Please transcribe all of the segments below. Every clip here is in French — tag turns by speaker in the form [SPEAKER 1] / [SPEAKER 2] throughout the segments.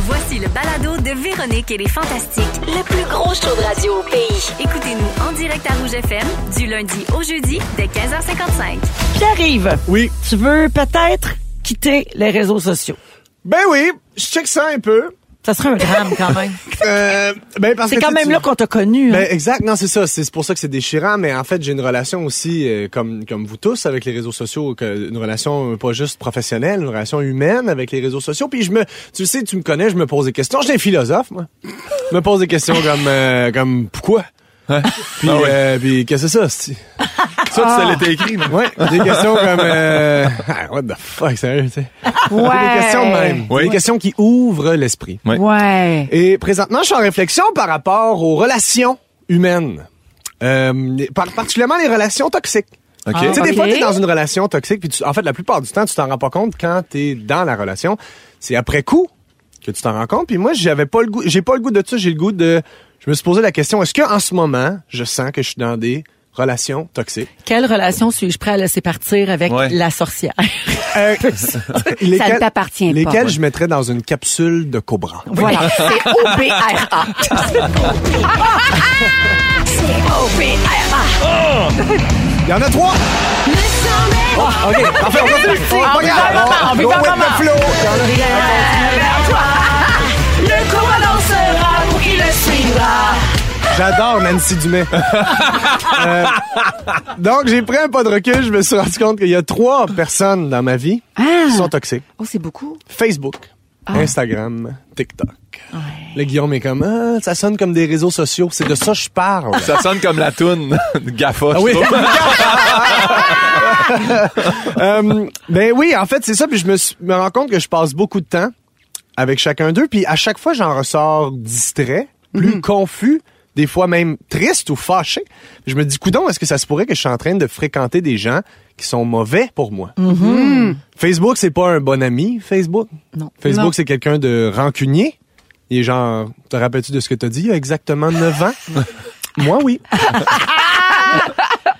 [SPEAKER 1] Voici le balado de Véronique et les Fantastiques.
[SPEAKER 2] Le plus gros show de radio au pays.
[SPEAKER 1] Écoutez-nous en direct à Rouge FM du lundi au jeudi dès 15h55.
[SPEAKER 3] Pierre-Yves,
[SPEAKER 4] Oui.
[SPEAKER 3] tu veux peut-être quitter les réseaux sociaux.
[SPEAKER 4] Ben oui, je check ça un peu.
[SPEAKER 3] Ça serait un drame quand même.
[SPEAKER 4] Euh, ben parce
[SPEAKER 3] C'est
[SPEAKER 4] que,
[SPEAKER 3] quand
[SPEAKER 4] tu-
[SPEAKER 3] même
[SPEAKER 4] tu-
[SPEAKER 3] là qu'on t'a connu. hein.
[SPEAKER 4] Ben, exact, non, c'est ça. C'est pour ça que c'est déchirant, mais en fait, j'ai une relation aussi, euh, comme, comme vous tous, avec les réseaux sociaux, que- une relation euh, pas juste professionnelle, une relation humaine avec les réseaux sociaux. Puis je me, tu le sais, tu me connais, je me pose des questions. J'ai un philosophe, moi. Je me pose des questions comme, euh, comme, pourquoi? Puis, euh, puis qu'est-ce que c'est ça, c'ti?
[SPEAKER 5] Ça, tu ça l'était écrit. mais-
[SPEAKER 4] Ouais, des questions comme, euh, ah, what the fuck, sérieux, tu sais. Des questions de même.
[SPEAKER 5] Oui.
[SPEAKER 4] Des questions qui ouvrent l'esprit.
[SPEAKER 3] Ouais.
[SPEAKER 4] Et présentement, je suis en réflexion par rapport aux relations humaines. Euh, les- par- particulièrement les relations toxiques.
[SPEAKER 5] OK.
[SPEAKER 4] Tu sais, des fois,
[SPEAKER 3] ok.
[SPEAKER 4] t'es dans une relation toxique, puis tu- en fait, la plupart du temps, tu t'en rends pas compte quand t'es dans la relation. C'est après coup que tu t'en rends compte. Puis moi, j'avais pas le goût, j'ai pas le goût de ça, j'ai le goût de... Je me suis posé la question, est-ce que en ce moment, je sens que je suis dans des relations toxiques?
[SPEAKER 3] Quelle relation suis-je prêt à laisser partir avec
[SPEAKER 5] Ouais.
[SPEAKER 3] la sorcière?
[SPEAKER 4] Euh, lesquels-
[SPEAKER 6] ne t'appartient pas.
[SPEAKER 4] Lesquels je mettrais dans une capsule de cobra.
[SPEAKER 6] Voilà, c'est O-B-R-A.
[SPEAKER 4] Il y en a trois! Ah, OK, parfait, on continue. On va regarder.
[SPEAKER 3] on vit
[SPEAKER 4] Go
[SPEAKER 3] par
[SPEAKER 4] with
[SPEAKER 3] moment.
[SPEAKER 4] the flow. J'adore Nancy Dumais. Euh, donc, j'ai pris un pas de recul. Je me suis rendu compte qu'il y a trois personnes dans ma vie qui sont toxiques.
[SPEAKER 6] Oh, c'est beaucoup.
[SPEAKER 4] Facebook, Instagram, TikTok. Le Guillaume est comme, Ah, ça sonne comme des réseaux sociaux. C'est de ça que je parle.
[SPEAKER 5] Ça sonne comme la toune de Gaffa,
[SPEAKER 4] Ah oui.
[SPEAKER 5] je trouve.
[SPEAKER 4] Euh, ben oui, en fait, c'est ça. Puis je me, suis- me rends compte que je passe beaucoup de temps avec chacun d'eux. Puis à chaque fois, j'en ressors distrait, plus confus, des fois même triste ou fâché. Je me dis, coudon, est-ce que ça se pourrait que je suis en train de fréquenter des gens qui sont mauvais pour moi? Hmm. Facebook, c'est pas un bon ami, Facebook.
[SPEAKER 3] Non.
[SPEAKER 4] Facebook,
[SPEAKER 6] Non.
[SPEAKER 4] c'est quelqu'un de rancunier. Il est genre, te rappelles-tu de ce que t'as dit il y a exactement 9 ans? Moi, oui.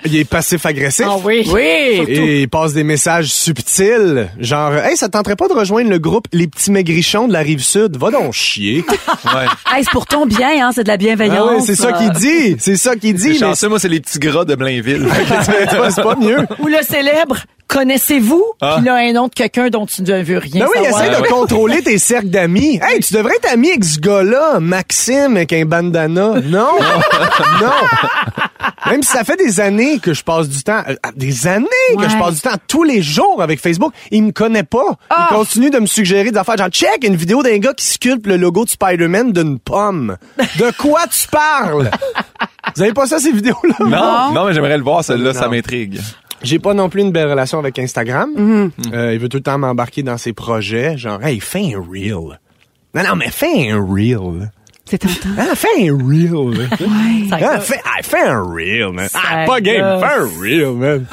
[SPEAKER 4] Il est passif-agressif.
[SPEAKER 3] Ah oui. Oui.
[SPEAKER 4] Et il passe des messages subtils, genre Hey, ça te tenterait pas de rejoindre le groupe Les Petits Maigrichons de la rive sud? Va donc chier.
[SPEAKER 5] Ouais.
[SPEAKER 3] Hey, c'est pour ton bien, hein, c'est de la bienveillance.
[SPEAKER 4] Ah ouais, c'est ça qu'il dit. C'est ça qu'il
[SPEAKER 5] Les
[SPEAKER 4] dit. Mais
[SPEAKER 5] chanceux, moi, c'est les petits gras de Blainville.
[SPEAKER 4] c'est pas- c'est pas mieux.
[SPEAKER 3] Ou le célèbre, connaissez-vous?
[SPEAKER 5] Ah.
[SPEAKER 3] Puis là, un nom de quelqu'un dont tu ne veux rien
[SPEAKER 4] Ben oui,
[SPEAKER 3] savoir.
[SPEAKER 4] essaie de
[SPEAKER 5] ouais.
[SPEAKER 4] contrôler tes cercles d'amis. Hey, tu devrais être ami avec ce gars-là, Maxime, avec un bandana. Non! non! Même si ça fait des années que je passe du temps, euh, des années que je passe du temps tous les jours avec Facebook, il me connaît pas. Il continue de me suggérer des affaires. Genre, check une vidéo d'un gars qui sculpte le logo de Spider-Man d'une pomme. De quoi tu parles? Vous avez pas ça, ces vidéos-là?
[SPEAKER 5] Non, non, mais j'aimerais le voir, celle-là, ça
[SPEAKER 4] Non.
[SPEAKER 5] m'intrigue.
[SPEAKER 4] J'ai pas non plus une belle relation avec Instagram.
[SPEAKER 3] Mhm.
[SPEAKER 4] Euh, il veut tout le temps m'embarquer dans ses projets. Genre, hey, fais un reel. Non, non, mais fais un reel.
[SPEAKER 6] C'est tentant.
[SPEAKER 4] Ah, fais un reel.
[SPEAKER 3] Ça
[SPEAKER 4] Ah,
[SPEAKER 3] gosse.
[SPEAKER 4] fais, ah, fais un reel, man. Ah,
[SPEAKER 3] Oh Ça
[SPEAKER 4] pas game,
[SPEAKER 3] gosse. Ah.
[SPEAKER 4] fais un reel, man.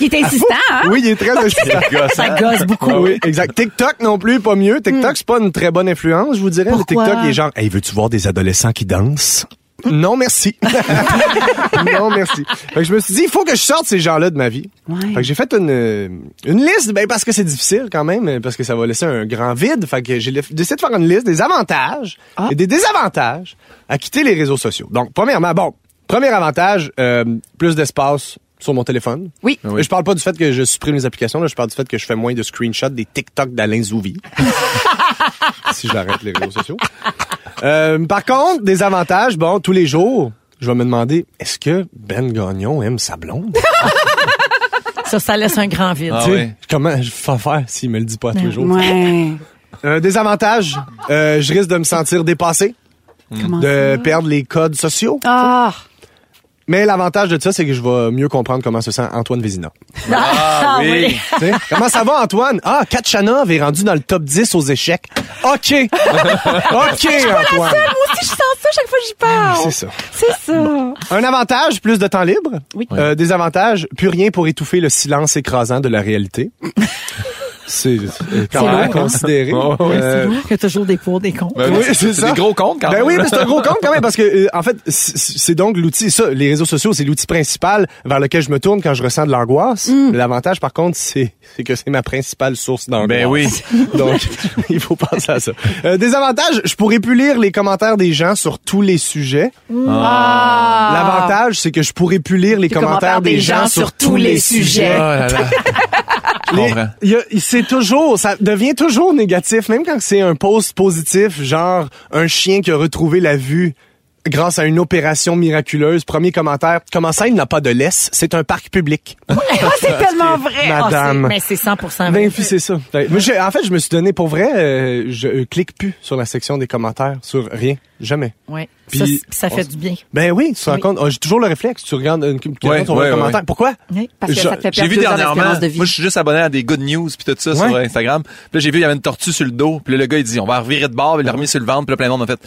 [SPEAKER 6] Il est insistant, hein?
[SPEAKER 4] Ah, Oui, ben, il est très insistant.
[SPEAKER 3] Ça gosse beaucoup.
[SPEAKER 4] Ah oui, exact. TikTok non plus, pas mieux. TikTok, c'est pas une très bonne influence, je vous dirais.
[SPEAKER 3] Hmm. Pourquoi?
[SPEAKER 4] Le TikTok, il est genre, hey, veux-tu voir des adolescents qui dansent? Non, merci. non, merci. Fait que je me suis dit, il faut que je sorte ces gens-là de ma vie. Fait que j'ai fait une, euh, une liste, ben, parce que c'est difficile quand même, euh, parce que ça va laisser un grand vide. Fait que j'ai lef- décidé de faire une liste des avantages et des désavantages à quitter les réseaux sociaux. Donc, premièrement, bon, premier avantage, euh, plus d'espace sur mon téléphone.
[SPEAKER 6] Oui.
[SPEAKER 4] Je parle pas du fait que je supprime les applications, là, je parle du fait que je fais moins de screenshots des TikTok d'Alain Zouvi. si j'arrête les réseaux sociaux. Euh, par contre, des avantages, bon, tous les jours, je vais me demander, est-ce que Ben Gagnon aime sa blonde?
[SPEAKER 3] Ça, ça laisse un grand vide.
[SPEAKER 5] Ah
[SPEAKER 4] Tu sais,
[SPEAKER 5] ouais.
[SPEAKER 4] Comment je vais faire s'il me le dit pas à tous les jours?
[SPEAKER 6] Ben, Ouais.
[SPEAKER 4] Euh, des avantages, euh, je risque de me sentir dépassé,
[SPEAKER 6] Comment
[SPEAKER 4] de perdre les codes sociaux.
[SPEAKER 6] Ah!
[SPEAKER 4] Mais l'avantage de ça, c'est que je vais mieux comprendre comment se sent Antoine Vézina.
[SPEAKER 5] Ah oui.
[SPEAKER 4] Tu sais, Comment ça va, Antoine? Ah, Katchanov est rendu dans le top 10 aux échecs. OK. OK, Antoine.
[SPEAKER 6] Moi aussi, je sens ça chaque fois que j'y parle.
[SPEAKER 4] C'est ça.
[SPEAKER 6] C'est ça.
[SPEAKER 4] Un avantage, plus de temps libre. Oui. Euh, des avantages, plus rien pour étouffer le silence écrasant de la réalité. c'est euh, quand même à
[SPEAKER 3] lourd, hein?
[SPEAKER 4] considérer.
[SPEAKER 5] Oh, oui, c'est
[SPEAKER 4] Euh,
[SPEAKER 3] Il y a toujours des pour, des cons.
[SPEAKER 5] Ben
[SPEAKER 4] Oui, c'est
[SPEAKER 5] c'est
[SPEAKER 4] ça.
[SPEAKER 5] des gros comptes quand
[SPEAKER 4] ben
[SPEAKER 5] même.
[SPEAKER 4] oui, mais c'est un gros compte quand même parce que euh, en fait, c- c- c'est donc l'outil ça, les réseaux sociaux, c'est l'outil principal vers lequel je me tourne quand je ressens de l'angoisse. L'avantage par contre, c'est c'est que c'est ma principale source d'angoisse.
[SPEAKER 5] Ben oui.
[SPEAKER 4] Donc il faut penser à ça. Euh, désavantage, je pourrais plus lire les commentaires des gens sur tous les sujets.
[SPEAKER 5] Ah.
[SPEAKER 4] L'avantage, c'est que je pourrais plus lire Mm. les, commentaires, des, gens, sur tous les sujets.
[SPEAKER 5] Oh là là. Je
[SPEAKER 4] Les-
[SPEAKER 5] comprends.
[SPEAKER 4] il y a- il- C'est toujours, ça devient toujours négatif, même quand c'est un post positif, genre un chien qui a retrouvé la vue grâce à une opération miraculeuse. Premier commentaire, comment ça, il n'a pas de laisse, c'est un parc public.
[SPEAKER 6] c'est tellement vrai.
[SPEAKER 3] Ah, c'est-
[SPEAKER 4] Madame.
[SPEAKER 3] mais c'est 100
[SPEAKER 6] Ah
[SPEAKER 3] vrai.
[SPEAKER 4] Ben, puis c'est ça. Fait- moi, j'ai- en fait, je me suis donné pour vrai, euh, je euh, clique plus sur la section des commentaires, sur rien, jamais.
[SPEAKER 3] Ouais.
[SPEAKER 4] Puis-
[SPEAKER 3] ça, c'est- ça fait du bien.
[SPEAKER 4] Ben oui, tu te rends
[SPEAKER 3] Oui.
[SPEAKER 4] compte, oh, j'ai toujours le réflexe, tu regardes une, quelqu'un,
[SPEAKER 5] Ouais,
[SPEAKER 4] ton
[SPEAKER 5] ouais,
[SPEAKER 4] commentaire.
[SPEAKER 5] ouais.
[SPEAKER 4] Pourquoi?
[SPEAKER 3] Oui.
[SPEAKER 6] Parce que
[SPEAKER 4] Je-
[SPEAKER 6] ça te fait
[SPEAKER 5] J'ai
[SPEAKER 6] perdre
[SPEAKER 5] vu
[SPEAKER 6] deux ans
[SPEAKER 5] dernièrement,
[SPEAKER 6] d'espérance de vie.
[SPEAKER 5] moi je suis juste abonné à des good news puis tout ça sur
[SPEAKER 4] Ouais.
[SPEAKER 5] Instagram. Puis là j'ai vu il y avait une tortue sur le dos, puis là, le gars il dit on va la revirer de bord, il l'a remis sur le ventre, puis là plein de monde en fait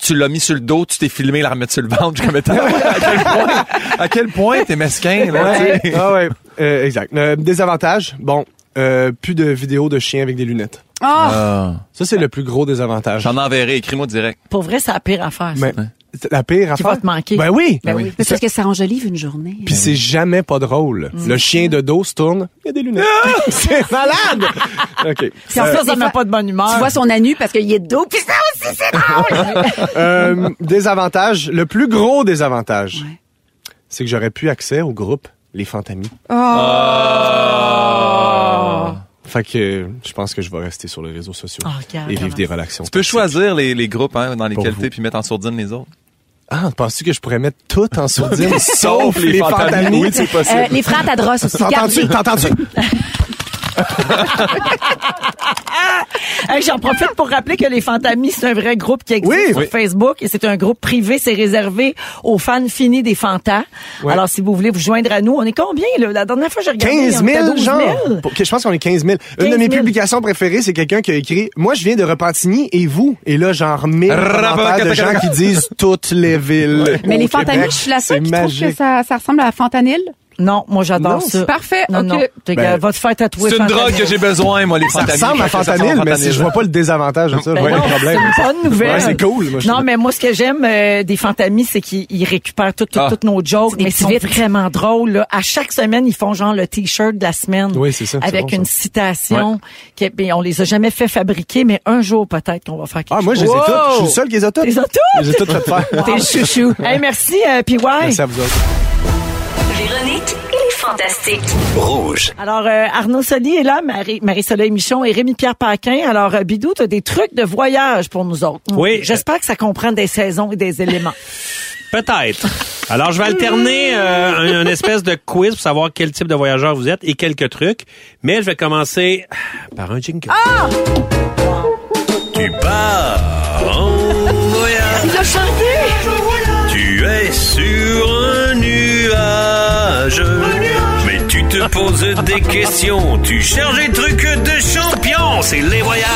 [SPEAKER 5] tu l'as mis sur le dos, tu t'es filmé la remettre sur le ventre, je suis comme Attends, à quel point à quel point t'es mesquin là, tu sais.
[SPEAKER 4] Ouais. ah ouais, Euh, exact. Euh, désavantage, bon, euh, plus de vidéos de chiens avec des lunettes.
[SPEAKER 7] Euh,
[SPEAKER 6] Ah,
[SPEAKER 5] Ah.
[SPEAKER 4] Ça, c'est le plus gros désavantage.
[SPEAKER 5] J'en enverrai, écris-moi direct.
[SPEAKER 3] Pour vrai, c'est la pire affaire. ça.
[SPEAKER 4] Mais c'est la pire
[SPEAKER 3] Qui
[SPEAKER 4] affaire.
[SPEAKER 3] va te manquer.
[SPEAKER 4] Ben oui.
[SPEAKER 3] Ben oui.
[SPEAKER 6] mais parce que ça enjolive une journée.
[SPEAKER 4] Puis c'est jamais pas drôle. Le chien de dos se tourne, il y a des lunettes. c'est malade. OK.
[SPEAKER 6] Puis en
[SPEAKER 3] Ça,
[SPEAKER 6] plus,
[SPEAKER 3] ça
[SPEAKER 6] des
[SPEAKER 3] n'a
[SPEAKER 6] fois,
[SPEAKER 3] pas de bonne humeur.
[SPEAKER 6] Tu
[SPEAKER 8] Ah,
[SPEAKER 6] vois son anus parce qu'il est dos. Puis ça aussi, c'est drôle.
[SPEAKER 4] Euh, désavantage, le plus gros désavantage, c'est que j'aurais pu accès au groupe Les Fantamis. Fait que euh, je pense que je vais rester sur les réseaux sociaux
[SPEAKER 3] Ah, regarde,
[SPEAKER 4] et
[SPEAKER 3] comment
[SPEAKER 4] vivre des relations.
[SPEAKER 5] Tu peux choisir les, les groupes hein, dans les
[SPEAKER 4] Pour
[SPEAKER 5] qualités
[SPEAKER 4] vous.
[SPEAKER 5] puis mettre en sourdine les autres.
[SPEAKER 4] Ah, penses-tu que je pourrais mettre tout en sourdine sauf
[SPEAKER 5] les
[SPEAKER 4] les,
[SPEAKER 5] Fantamis.
[SPEAKER 4] fantamis?
[SPEAKER 5] Oui, c'est possible.
[SPEAKER 6] Euh, les frères Tadros aussi.
[SPEAKER 4] T'entends-tu?
[SPEAKER 6] gardez.
[SPEAKER 4] T'entends-tu?
[SPEAKER 3] Hey, J'en profite pour rappeler que les Fantamis, c'est un vrai groupe qui existe
[SPEAKER 4] Oui,
[SPEAKER 3] sur
[SPEAKER 4] oui.
[SPEAKER 3] Facebook et c'est un groupe privé, c'est réservé aux fans finis des Fantas.
[SPEAKER 4] Ouais.
[SPEAKER 3] Alors, si vous voulez vous joindre à nous, on est combien? Là? La dernière fois, j'ai regardé,
[SPEAKER 4] 15
[SPEAKER 3] on était à
[SPEAKER 4] 000,
[SPEAKER 3] 12
[SPEAKER 4] genre.
[SPEAKER 3] 000.
[SPEAKER 4] Pour- Je pense qu'on est 15 000. Une de
[SPEAKER 3] 15 000.
[SPEAKER 4] mes publications préférées, c'est quelqu'un qui a écrit « Moi, je viens de Repentigny et vous? » Et là, genre 1000 commentaires de gens qui disent toutes les villes.
[SPEAKER 6] Mais
[SPEAKER 4] au
[SPEAKER 6] les fantamis,
[SPEAKER 4] Québec.
[SPEAKER 6] je suis la
[SPEAKER 4] C'est
[SPEAKER 6] seule qui trouve que
[SPEAKER 4] magique.
[SPEAKER 6] ça, ça ressemble à la fentanyl.
[SPEAKER 3] Non, moi, j'adore
[SPEAKER 4] Non,
[SPEAKER 3] ça.
[SPEAKER 6] c'est parfait,
[SPEAKER 3] Non,
[SPEAKER 6] ok.
[SPEAKER 3] non. T'es
[SPEAKER 4] Ben,
[SPEAKER 3] gars, va te faire tatouer
[SPEAKER 5] C'est une
[SPEAKER 3] Fantamis.
[SPEAKER 5] drogue que j'ai besoin, moi, les
[SPEAKER 4] Ça
[SPEAKER 5] fantamis.
[SPEAKER 4] ressemble à
[SPEAKER 5] Ça ressemble hein.
[SPEAKER 4] Fantanil, mais
[SPEAKER 5] Fantanil.
[SPEAKER 4] si je vois pas le désavantage de ça, je
[SPEAKER 3] Ben
[SPEAKER 4] vois
[SPEAKER 3] non,
[SPEAKER 4] le problème.
[SPEAKER 3] C'est une bonne nouvelle.
[SPEAKER 4] Ouais, c'est cool, moi, je
[SPEAKER 3] non,
[SPEAKER 4] trouve.
[SPEAKER 3] mais moi, ce que j'aime euh, des Fantamis, c'est qu'ils ils récupèrent toutes tout,
[SPEAKER 5] Ah.
[SPEAKER 3] toutes nos jokes,
[SPEAKER 6] des
[SPEAKER 3] mais ils
[SPEAKER 6] petits
[SPEAKER 3] sont
[SPEAKER 6] vitres.
[SPEAKER 3] vraiment drôles. Là. À chaque semaine, ils font genre le T-shirt de la semaine.
[SPEAKER 4] Oui, c'est ça, c'est
[SPEAKER 3] Avec
[SPEAKER 4] bon, ça.
[SPEAKER 3] une citation. qui- ben, on les a jamais fait fabriquer, mais un jour, peut-être qu'on va faire quelque
[SPEAKER 4] Ah, moi, je
[SPEAKER 3] chose.
[SPEAKER 4] les ai toutes. Je suis le
[SPEAKER 3] Wow!
[SPEAKER 4] seul qui les a toutes.
[SPEAKER 3] T'es toutes?
[SPEAKER 4] J'ai toutes fait faire.
[SPEAKER 3] T'es le chouchou. Hey, merci, euh, PY.
[SPEAKER 4] Merci à vous autres.
[SPEAKER 1] Véronique et les Fantastiques.
[SPEAKER 3] Alors, euh, Arnaud Soli est là, Marie- Marie-Soleil Michon et Rémi-Pierre Paquin. Alors, euh, Bidou, tu as des trucs de voyage pour nous autres.
[SPEAKER 9] Oui.
[SPEAKER 3] J'espère que ça comprend des saisons et des éléments.
[SPEAKER 9] Peut-être. Alors, je vais alterner euh, un, un espèce de quiz pour savoir quel type de voyageur vous êtes et quelques trucs. Mais je vais commencer par un jingle.
[SPEAKER 6] Ah!
[SPEAKER 10] Tu pars en voyage.
[SPEAKER 6] Il a chanté.
[SPEAKER 10] Tu es sur un nuage. Mais tu te poses des questions. Tu cherches des trucs de champion. C'est les voyages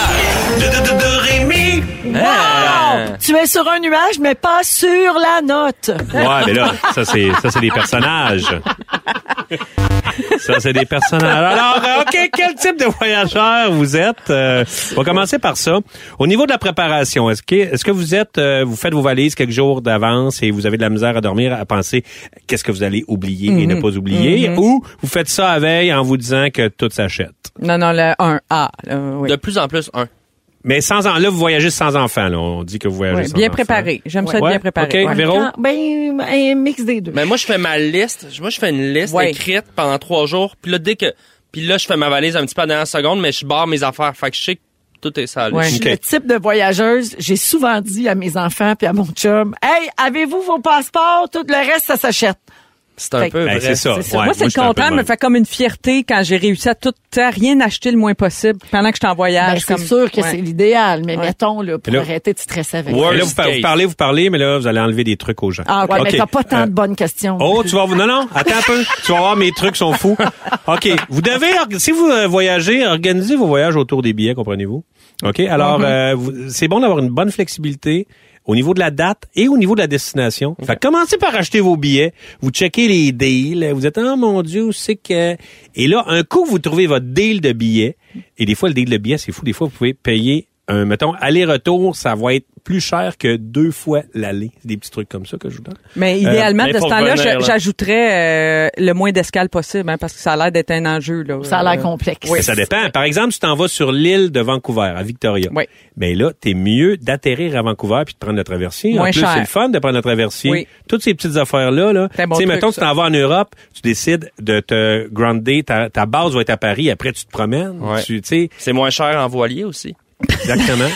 [SPEAKER 10] de, de, de, de Rémi.
[SPEAKER 3] Wow! Tu es sur un nuage, mais pas sur la note.
[SPEAKER 9] Ouais, mais là, ça c'est ça c'est des personnages. Ça c'est des personnages. Alors, euh, ok, quel type de voyageur vous êtes Euh, On va commencer par ça. Au niveau de la préparation, est-ce que est-ce que vous êtes euh, vous faites vos valises quelques jours d'avance et vous avez de la misère à dormir à penser qu'est-ce que vous allez oublier et ne pas oublier ou vous faites ça à veille en vous disant que tout s'achète
[SPEAKER 11] Non, non, le 1A. là, oui.
[SPEAKER 12] De plus en plus, un.
[SPEAKER 9] Mais sans en, là vous voyagez sans enfant là, on dit que vous voyagez
[SPEAKER 11] Ouais,
[SPEAKER 9] sans
[SPEAKER 11] bien
[SPEAKER 9] enfant.
[SPEAKER 11] préparé. J'aime ça être
[SPEAKER 9] Ouais.
[SPEAKER 11] bien préparé.
[SPEAKER 9] Ok,
[SPEAKER 11] Ouais.
[SPEAKER 9] Véro?
[SPEAKER 3] Ah, ben, un mix des deux.
[SPEAKER 12] Mais moi, je fais ma liste. Moi, je fais une liste
[SPEAKER 11] Ouais.
[SPEAKER 12] écrite pendant trois jours. Puis là, dès que. Puis là, je fais ma valise un petit peu à la dernière seconde, mais je barre mes affaires. Fait que je sais que tout est sale.
[SPEAKER 11] Ouais.
[SPEAKER 3] Je suis
[SPEAKER 9] Ok.
[SPEAKER 3] le type de voyageuse, j'ai souvent dit à mes enfants puis à mon chum, Hey, avez-vous vos passeports? Tout le reste, ça s'achète.
[SPEAKER 12] C'est un
[SPEAKER 3] Fait-
[SPEAKER 12] peu
[SPEAKER 9] Ben,
[SPEAKER 12] vrai.
[SPEAKER 9] c'est ça.
[SPEAKER 3] C'est ça.
[SPEAKER 9] Ouais,
[SPEAKER 11] Moi, c'est
[SPEAKER 9] je
[SPEAKER 11] le
[SPEAKER 9] suis un peu
[SPEAKER 11] contraire,
[SPEAKER 9] de
[SPEAKER 11] me
[SPEAKER 9] même.
[SPEAKER 11] fait comme une fierté quand j'ai réussi à tout à rien acheter le moins possible pendant que j'étais en
[SPEAKER 3] Ben,
[SPEAKER 11] voyage.
[SPEAKER 3] c'est
[SPEAKER 11] comme-
[SPEAKER 3] sûr que
[SPEAKER 11] Ouais.
[SPEAKER 3] c'est l'idéal, mais
[SPEAKER 11] Ouais.
[SPEAKER 3] mettons, là, pour
[SPEAKER 9] Là-
[SPEAKER 3] arrêter de stresser avec
[SPEAKER 9] Ouais,
[SPEAKER 3] ça.
[SPEAKER 9] là, vous, par- vous parlez, vous parlez, mais là, vous allez enlever des trucs aux gens.
[SPEAKER 11] Ah, ok.
[SPEAKER 3] Ouais, mais
[SPEAKER 9] Ok.
[SPEAKER 3] t'as pas tant
[SPEAKER 9] Euh,
[SPEAKER 3] de bonnes questions.
[SPEAKER 9] Oh, tu vas non non, attends un peu. tu vas voir mes trucs sont fous. OK, vous devez or- si vous euh, voyagez, organisez vos voyages autour des billets, comprenez-vous OK, alors euh, vous- c'est bon d'avoir une bonne flexibilité au niveau de la date et au niveau de la destination. Fait que commencez par acheter vos billets, vous checkez les deals, vous êtes oh mon dieu, où c'est que et là un coup vous trouvez votre deal de billets, Et des fois, le deal de billet, c'est fou. Des fois, vous pouvez payer un, mettons, aller-retour, ça va être plus cher que deux fois l'aller. C'est Des petits trucs comme ça que je vous donne.
[SPEAKER 11] Mais
[SPEAKER 9] Euh,
[SPEAKER 11] idéalement,
[SPEAKER 9] mais
[SPEAKER 11] de ce
[SPEAKER 9] pour
[SPEAKER 11] temps-là,
[SPEAKER 9] revenir,
[SPEAKER 11] je-
[SPEAKER 9] là.
[SPEAKER 11] j'ajouterais euh, le moins d'escale possible, hein, parce que ça a l'air d'être un enjeu. Là,
[SPEAKER 3] Ça a l'air
[SPEAKER 11] Euh,
[SPEAKER 3] complexe.
[SPEAKER 11] Oui.
[SPEAKER 9] Mais ça dépend. Par exemple, si tu t'en vas sur l'île de Vancouver, à Victoria,
[SPEAKER 11] Oui.
[SPEAKER 9] mais là, t'es mieux d'atterrir à Vancouver puis de prendre le traversier. en
[SPEAKER 11] Moins
[SPEAKER 9] plus,
[SPEAKER 11] cher.
[SPEAKER 9] c'est le fun de prendre le traversier.
[SPEAKER 11] Oui.
[SPEAKER 9] Toutes ces petites affaires-là, là.
[SPEAKER 11] C'est un bon
[SPEAKER 9] tu sais,
[SPEAKER 11] truc,
[SPEAKER 9] mettons, tu
[SPEAKER 11] ça.
[SPEAKER 9] t'en vas en Europe, tu décides de te grounder, ta, ta base va être à Paris, après tu te promènes.
[SPEAKER 12] Ouais.
[SPEAKER 9] Tu tu sais,
[SPEAKER 12] C'est moins cher en voilier aussi.
[SPEAKER 9] exactement.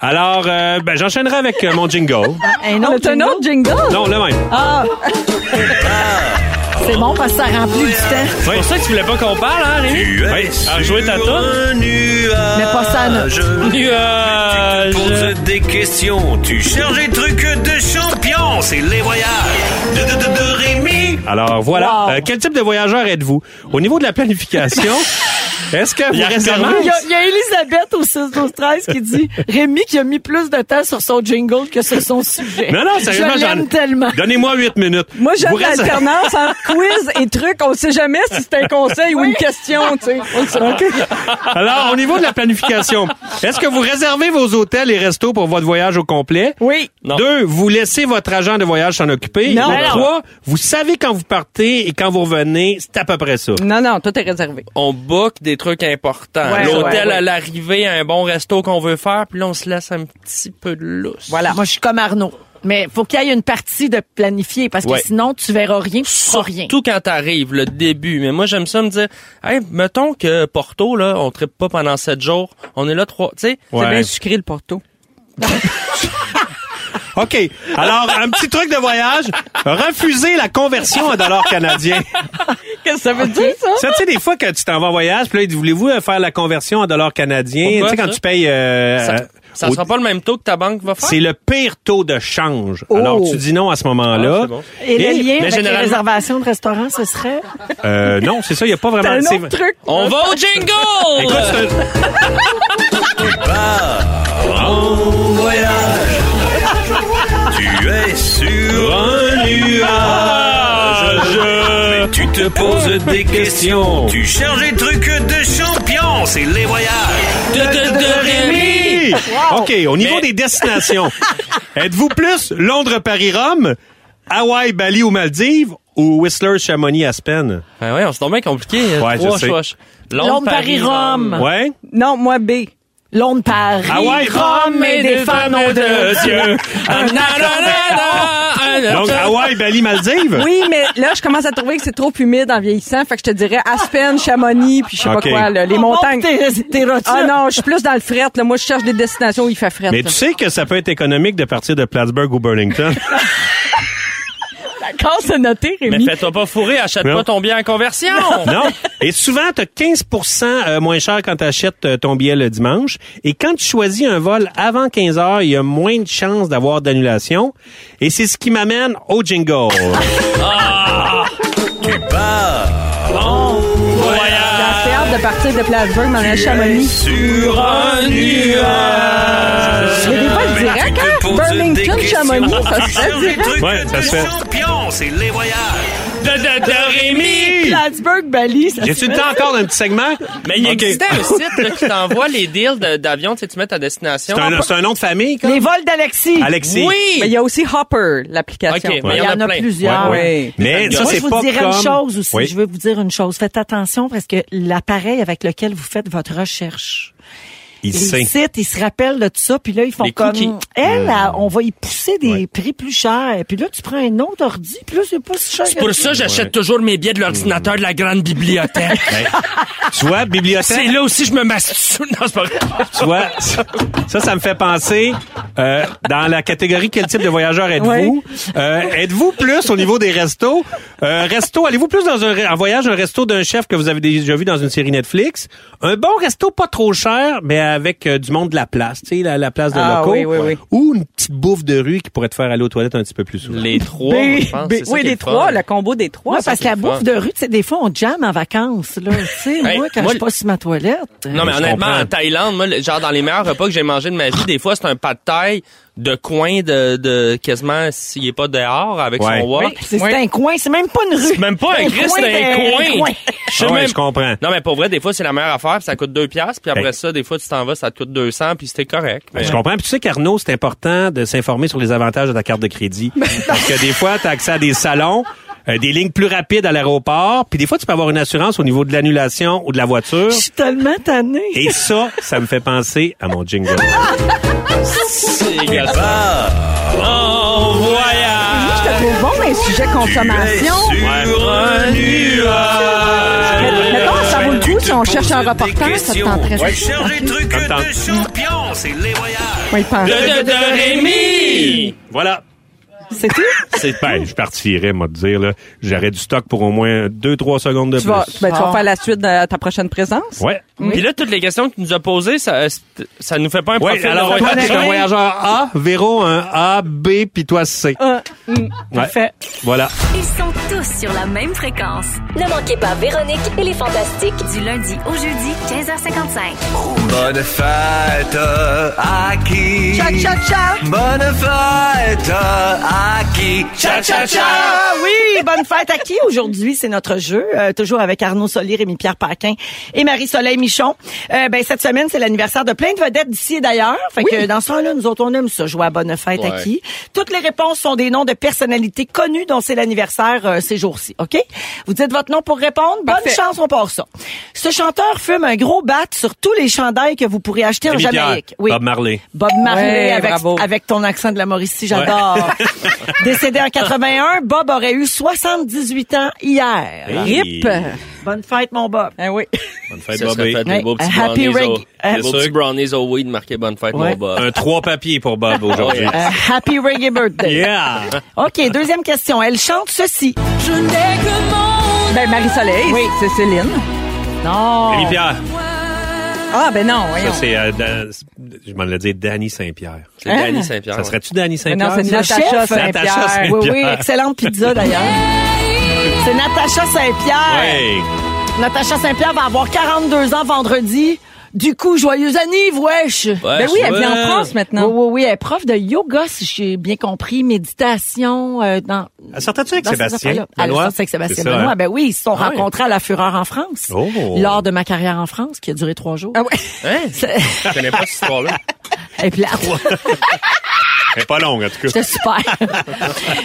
[SPEAKER 9] Alors, euh, ben, j'enchaînerai avec euh, mon jingle.
[SPEAKER 3] Ah, Un
[SPEAKER 11] On a
[SPEAKER 3] autre,
[SPEAKER 11] un autre jingle?
[SPEAKER 9] Non, le même.
[SPEAKER 3] C'est bon parce que ça rend plus du temps.
[SPEAKER 9] C'est pour ça que tu voulais pas qu'on parle, hein, Rémi?
[SPEAKER 10] Tu
[SPEAKER 9] Oui,
[SPEAKER 10] es sur
[SPEAKER 9] à rejouer ta toune.
[SPEAKER 10] un nuage.
[SPEAKER 3] Mais pas ça, non.
[SPEAKER 9] Nuage.
[SPEAKER 10] Pose des questions, tu cherches des trucs de champion, c'est les voyages de, de, de, de Rémi.
[SPEAKER 9] Alors voilà.
[SPEAKER 3] Wow.
[SPEAKER 9] Euh, quel type de voyageur êtes-vous? Au niveau de la planification, est-ce que vous restez
[SPEAKER 3] Il y, a, il y a Elisabeth au 6 12 13 qui dit Rémi qui a mis plus de temps sur son jingle que sur son sujet.
[SPEAKER 9] Non, non, sérieusement,
[SPEAKER 3] Je
[SPEAKER 9] j'en-
[SPEAKER 3] l'aime tellement.
[SPEAKER 9] Donnez-moi huit minutes.
[SPEAKER 11] Moi, j'aime
[SPEAKER 9] Vous restez-
[SPEAKER 11] l'alternance entre quiz et truc. On sait jamais si c'est un conseil ou une question, tu sais.
[SPEAKER 9] Alors, au niveau de la planification, est-ce que vous réservez vos hôtels et restos pour votre voyage au complet?
[SPEAKER 11] Oui.
[SPEAKER 12] Non.
[SPEAKER 9] Deux, vous laissez votre agent de voyage s'en occuper.
[SPEAKER 11] Non.
[SPEAKER 9] Et
[SPEAKER 11] Non.
[SPEAKER 9] Trois, vous savez quand vous partez et quand vous revenez, c'est à peu près ça.
[SPEAKER 11] Non, non, toi, t'es réservé.
[SPEAKER 12] On book des trucs importants.
[SPEAKER 11] Ouais,
[SPEAKER 12] L'hôtel
[SPEAKER 11] ouais, ouais.
[SPEAKER 12] à l'arrivée, un bon resto qu'on veut faire, puis là, on se laisse un petit peu de lousse.
[SPEAKER 3] Voilà. Moi, je suis comme Arnaud. Mais faut qu'il y ait une partie de planifier parce que
[SPEAKER 12] Ouais.
[SPEAKER 3] sinon, tu verras rien, tu feras rien.
[SPEAKER 12] Surtout quand t'arrives, le début. Mais moi, j'aime ça me dire, hey, mettons que Porto, là, on trippe pas pendant sept jours. On est là trois, tu sais.
[SPEAKER 11] C'est
[SPEAKER 9] Ouais.
[SPEAKER 11] bien sucré, le porto.
[SPEAKER 9] OK. Alors, un petit truc de voyage. Refusez la conversion en dollars canadiens.
[SPEAKER 11] Qu'est-ce que ça veut dire, ça?
[SPEAKER 9] Ça, tu sais, des fois que tu t'en vas en voyage, puis là, ils disent, voulez-vous euh, faire la conversion en dollars canadiens? Tu
[SPEAKER 12] Pourquoi
[SPEAKER 9] sais, quand
[SPEAKER 12] ça?
[SPEAKER 9] tu payes... euh,
[SPEAKER 12] Ça,
[SPEAKER 9] euh,
[SPEAKER 12] ça
[SPEAKER 9] au-
[SPEAKER 12] sera pas le même taux que ta banque va faire.
[SPEAKER 9] C'est le pire taux de change. Alors, tu dis non à ce moment-là.
[SPEAKER 12] Ah, c'est bon.
[SPEAKER 3] Et, le lien
[SPEAKER 9] mais
[SPEAKER 3] avec les
[SPEAKER 9] généralement-
[SPEAKER 3] réservations de restaurants, ce serait
[SPEAKER 9] Euh, non, c'est ça, il n'y a pas
[SPEAKER 11] C'est
[SPEAKER 9] vraiment...
[SPEAKER 11] un
[SPEAKER 9] c'est-
[SPEAKER 11] autre truc.
[SPEAKER 12] On va au jingle!
[SPEAKER 9] Écoute, c'est un-
[SPEAKER 10] Tu es sur un
[SPEAKER 12] Ah,
[SPEAKER 10] nuage. Mais tu te poses des questions, tu cherches des trucs de champion, c'est les voyages de, de, de Rémi.
[SPEAKER 9] Hey! OK, au niveau des destinations, êtes-vous plus Londres-Paris-Rome, Hawaï-Bali ou Maldives ou Whistler-Chamonix-Aspen?
[SPEAKER 12] Ben ouais, on se tombe bien compliqué.
[SPEAKER 9] Ouais,
[SPEAKER 12] Trois
[SPEAKER 9] je sais.
[SPEAKER 12] choix. Londres,
[SPEAKER 3] Londres, Paris, Rome.
[SPEAKER 12] Ah.
[SPEAKER 9] Ouais?
[SPEAKER 11] Non, moi, B.
[SPEAKER 3] Londres, Paris,
[SPEAKER 9] Hawaï,
[SPEAKER 3] Rome et des fans de Dieu.
[SPEAKER 12] Ah, na, na, na, na, na.
[SPEAKER 9] Donc, ah Hawaï, Bali, Maldives?
[SPEAKER 11] Oui, mais là, je commence à trouver que c'est trop humide en vieillissant. Fait que je te dirais Aspen, Chamonix, puis je sais
[SPEAKER 9] Ok.
[SPEAKER 11] pas quoi, là, les
[SPEAKER 3] On monte
[SPEAKER 11] montagnes.
[SPEAKER 3] tes- tes rotules.
[SPEAKER 11] Ah non, je suis plus dans le fret. Là. Moi, je cherche des destinations où il fait fret.
[SPEAKER 9] Mais
[SPEAKER 11] là.
[SPEAKER 9] tu sais que ça peut être économique de partir de Plattsburgh ou Burlington.
[SPEAKER 11] Quand c'est noté,
[SPEAKER 12] Mais
[SPEAKER 11] Rémi.
[SPEAKER 12] fais-toi pas fourrer, achète
[SPEAKER 9] Non.
[SPEAKER 12] pas ton bien en conversion!
[SPEAKER 9] Non. Et souvent, tu as 15 euh, moins cher quand tu achètes ton billet le dimanche. Et quand tu choisis un vol avant 15 heures, il y a moins de chances d'avoir d'annulation. Et c'est ce qui m'amène au jingle.
[SPEAKER 11] J'ai hâte de partir de Plattsburgh, m'en aller à Chamonix.
[SPEAKER 10] Sur un nuage.
[SPEAKER 11] Mais des fois, je dirais,
[SPEAKER 10] Mais tu te
[SPEAKER 11] hein,
[SPEAKER 10] poses
[SPEAKER 11] Burlington,
[SPEAKER 10] des questions,
[SPEAKER 11] Chamonix, ça se
[SPEAKER 10] tu
[SPEAKER 11] fait
[SPEAKER 10] cherches des
[SPEAKER 11] direct.
[SPEAKER 10] trucs
[SPEAKER 9] Ouais, ça
[SPEAKER 10] de
[SPEAKER 9] se fait.
[SPEAKER 10] champion, c'est les voyages de, de, de Rémi.
[SPEAKER 3] Plattsburgh, Bali, ça
[SPEAKER 9] J'ai-tu le temps encore d'un petit segment?
[SPEAKER 12] Mais il
[SPEAKER 9] Ok.
[SPEAKER 12] existait un site là, qui t'envoie les deals de- d'avion, tu sais, tu mets ta destination.
[SPEAKER 9] C'est un, c'est un nom de famille,
[SPEAKER 3] Les vols d'Alexis.
[SPEAKER 9] Alexis.
[SPEAKER 12] Oui!
[SPEAKER 11] Mais il y a aussi Hopper, l'application.
[SPEAKER 12] Ok, mais
[SPEAKER 3] Il y en a
[SPEAKER 12] plein.
[SPEAKER 3] plusieurs.
[SPEAKER 11] Ouais.
[SPEAKER 9] Mais ça,
[SPEAKER 3] Moi,
[SPEAKER 9] c'est
[SPEAKER 3] je vous
[SPEAKER 9] pas
[SPEAKER 3] dirais
[SPEAKER 9] comme...
[SPEAKER 3] une chose aussi.
[SPEAKER 9] Oui.
[SPEAKER 3] Je veux vous dire une chose. Faites attention parce que l'appareil avec lequel vous faites votre recherche,
[SPEAKER 9] Il
[SPEAKER 3] les
[SPEAKER 9] sait.
[SPEAKER 3] sites, ils se rappellent de tout ça, puis là, ils font
[SPEAKER 12] Les
[SPEAKER 3] comme...
[SPEAKER 12] cookies.
[SPEAKER 3] Elle, là, on va y pousser des prix plus chers. Puis là, tu prends un autre ordi, puis là, c'est pas si cher.
[SPEAKER 12] C'est pour ça que j'achète toujours mes billets de l'ordinateur de la grande bibliothèque.
[SPEAKER 9] Tu vois, bibliothèque,
[SPEAKER 12] C'est là aussi que je me masturbe. Non, c'est pas vrai.
[SPEAKER 9] tu vois, ça, ça me fait penser euh, dans la catégorie quel type de voyageur êtes-vous Euh, Êtes-vous plus au niveau des restos Euh, Resto, allez-vous plus dans un, en voyage un resto d'un chef que vous avez déjà vu dans une série Netflix Un bon resto pas trop cher, mais avec euh, du monde de la place, tu sais, la, la place de
[SPEAKER 11] Ah,
[SPEAKER 9] locaux,
[SPEAKER 11] oui, oui, oui.
[SPEAKER 9] ou une petite bouffe de rue qui pourrait te faire aller aux toilettes un petit peu plus souvent.
[SPEAKER 12] Les trois,
[SPEAKER 11] B,
[SPEAKER 12] je pense.
[SPEAKER 11] B.
[SPEAKER 12] c'est ça
[SPEAKER 11] oui,
[SPEAKER 12] qui est
[SPEAKER 11] les
[SPEAKER 12] le fun.
[SPEAKER 11] trois, le combo des trois.
[SPEAKER 3] Moi, parce que la
[SPEAKER 12] fun.
[SPEAKER 3] bouffe de rue, tu sais, des fois, on jamme en vacances, là. Tu sais,
[SPEAKER 12] Hey,
[SPEAKER 3] moi, quand
[SPEAKER 12] moi, Ah,
[SPEAKER 3] je passe sur ma toilette.
[SPEAKER 12] Non, mais
[SPEAKER 9] Je
[SPEAKER 12] honnêtement,
[SPEAKER 9] comprends.
[SPEAKER 12] en Thaïlande, moi, le- genre dans les meilleurs repas que j'ai mangé de ma vie, des fois, c'est un pas de terre travail de coin de, de quasiment s'il est pas dehors avec
[SPEAKER 9] Ouais.
[SPEAKER 12] son walk.
[SPEAKER 3] Oui, c'est c'est un coin, c'est même pas une rue.
[SPEAKER 12] C'est même pas un Christ, c'est un
[SPEAKER 3] d'un-
[SPEAKER 12] coin. sais
[SPEAKER 9] Ah ouais,
[SPEAKER 12] même-
[SPEAKER 9] je comprends.
[SPEAKER 12] Non, mais pour vrai, des fois, c'est la meilleure affaire, puis ça coûte 2 piastres, puis après
[SPEAKER 9] Hey.
[SPEAKER 12] ça, des fois, tu t'en vas, ça te coûte 200, puis c'était correct. Mais-
[SPEAKER 9] Ben, Je comprends. Puis tu sais qu'Arnaud, c'est important de s'informer sur les avantages de ta carte de crédit.
[SPEAKER 11] Ben,
[SPEAKER 9] Parce que des fois, tu as accès à des salons, euh, des lignes plus rapides à l'aéroport, puis des fois, tu peux avoir une assurance au niveau de l'annulation ou de la voiture.
[SPEAKER 3] Je suis tellement tannée.
[SPEAKER 9] Et ça, ça me fait penser à mon jingle.
[SPEAKER 11] Ah,
[SPEAKER 10] En voyage,
[SPEAKER 11] Je te trouve bon, mais sujet consommation.
[SPEAKER 10] sur un nuage.
[SPEAKER 11] Euh, Mettons, ça vaut le coup si on cherche un reporter, ça te tenterait.
[SPEAKER 10] Tu cherches des trucs
[SPEAKER 9] Attends.
[SPEAKER 10] de champion, c'est les voyages.
[SPEAKER 11] Moi, il pense.
[SPEAKER 12] De, de, de Rémi!
[SPEAKER 9] Voilà.
[SPEAKER 11] C'est tout?
[SPEAKER 9] C'est ben, je partirais, moi, de dire, là. J'aurais du stock pour au moins 2-3 secondes de
[SPEAKER 11] Tu vas,
[SPEAKER 9] plus.
[SPEAKER 11] ben, tu vas faire la suite à ta prochaine présence?
[SPEAKER 9] Ouais.
[SPEAKER 12] Puis là, toutes les questions que tu nous as posées, ça, euh, c'est- ça nous fait pas un
[SPEAKER 9] Ouais,
[SPEAKER 12] profil
[SPEAKER 9] alors,
[SPEAKER 12] de
[SPEAKER 9] toi,
[SPEAKER 12] voyage.
[SPEAKER 9] t'es un voyageur A, Véro, un A, B, puis toi, C.
[SPEAKER 3] Parfait.
[SPEAKER 9] Voilà.
[SPEAKER 1] Ils sont tous sur la même fréquence.
[SPEAKER 2] Ne manquez pas Véronique et les Fantastiques.
[SPEAKER 1] Du lundi au jeudi, 15h55.
[SPEAKER 10] Bonne fête à qui?
[SPEAKER 11] Cha, cha, cha.
[SPEAKER 10] Bonne fête à qui? Cha cha cha!
[SPEAKER 3] Ah oui, bonne fête à qui aujourd'hui? C'est notre jeu, euh, toujours avec Arnaud Soli, Rémi-Pierre Paquin et Marie-Soleil Michon. Euh, ben, cette semaine, c'est l'anniversaire de plein de vedettes d'ici et d'ailleurs. Fait que dans ce temps-là, nous autres, on aime ça, jouer à bonne fête à qui. Toutes les réponses sont des noms de personnalités connues dont c'est l'anniversaire euh, ces jours-ci, OK? Vous dites votre nom pour répondre. Bonne chance, on part ça. Ce chanteur fume un gros bat sur tous les chandails que vous pourrez acheter en
[SPEAKER 9] Rémi-Pierre,
[SPEAKER 3] Jamaïque.
[SPEAKER 9] Bob Marley.
[SPEAKER 3] Bob Marley
[SPEAKER 11] Ouais,
[SPEAKER 3] avec,
[SPEAKER 11] bravo.
[SPEAKER 3] avec ton accent de la Mauricie, j'adore. Décédé en 81, Bob aurait eu 78 ans hier.
[SPEAKER 11] RIP.
[SPEAKER 3] Bonne fête, mon Bob.
[SPEAKER 11] Eh oui.
[SPEAKER 9] Bonne fête,
[SPEAKER 12] Ça
[SPEAKER 9] Bobby.
[SPEAKER 12] serait fait des
[SPEAKER 3] Ouais.
[SPEAKER 12] beaux petits
[SPEAKER 3] Un happy
[SPEAKER 12] brownies
[SPEAKER 3] reg-
[SPEAKER 12] au-
[SPEAKER 3] un-
[SPEAKER 12] des beaux petits brownies au weed marqué Bonne fête,
[SPEAKER 3] Ouais.
[SPEAKER 12] mon Bob. Oh,
[SPEAKER 9] Un trois papiers pour Bob aujourd'hui.
[SPEAKER 3] Euh, happy reggae birthday.
[SPEAKER 9] yeah!
[SPEAKER 3] OK, deuxième question. Elle chante ceci.
[SPEAKER 11] Ben, Marie-Soleil,
[SPEAKER 3] Oui.
[SPEAKER 11] c'est Céline.
[SPEAKER 3] Non.
[SPEAKER 9] Rémi Pierre,
[SPEAKER 11] Ah, ben non, voyons.
[SPEAKER 9] ça c'est, euh, Dan- je m'en l'ai dit, Danny Saint-Pierre.
[SPEAKER 12] C'est Danny Saint-Pierre.
[SPEAKER 9] Ça
[SPEAKER 12] ouais.
[SPEAKER 9] serait-tu Danny
[SPEAKER 11] non,
[SPEAKER 9] Saint-Pierre?
[SPEAKER 11] c'est
[SPEAKER 9] ça?
[SPEAKER 11] Natacha
[SPEAKER 3] hein.
[SPEAKER 9] Natacha
[SPEAKER 11] Saint-Pierre.
[SPEAKER 9] Saint-Pierre.
[SPEAKER 3] Oui, oui, excellente pizza d'ailleurs. C'est Natacha Saint-Pierre.
[SPEAKER 9] Hey!
[SPEAKER 3] Natacha Saint-Pierre va avoir 42 ans vendredi. Du coup, joyeux anniv, wesh!
[SPEAKER 12] Ouais,
[SPEAKER 11] Ben oui, elle
[SPEAKER 12] ouais.
[SPEAKER 11] vit en France maintenant.
[SPEAKER 3] Oui, oui, oui. Elle est prof de yoga, si j'ai bien compris, méditation. Euh, dans,
[SPEAKER 9] Elle Sortais-tu Ah, avec
[SPEAKER 3] dans ces
[SPEAKER 9] Sébastien?
[SPEAKER 3] affaires-là. Elle
[SPEAKER 9] Benoît?
[SPEAKER 3] sortait avec Sébastien
[SPEAKER 9] C'est ça,
[SPEAKER 3] Benoît.
[SPEAKER 9] hein?
[SPEAKER 3] Ben oui, ils se sont
[SPEAKER 9] Ah oui.
[SPEAKER 3] rencontrés à la Fureur en France.
[SPEAKER 9] Oh.
[SPEAKER 3] Lors de ma carrière en France, qui a duré trois jours.
[SPEAKER 11] Ah ouais.
[SPEAKER 12] Hein? Je connais pas cette histoire-là.
[SPEAKER 3] Et puis là,
[SPEAKER 9] Elle est pas longue, en tout cas.
[SPEAKER 3] C'était super.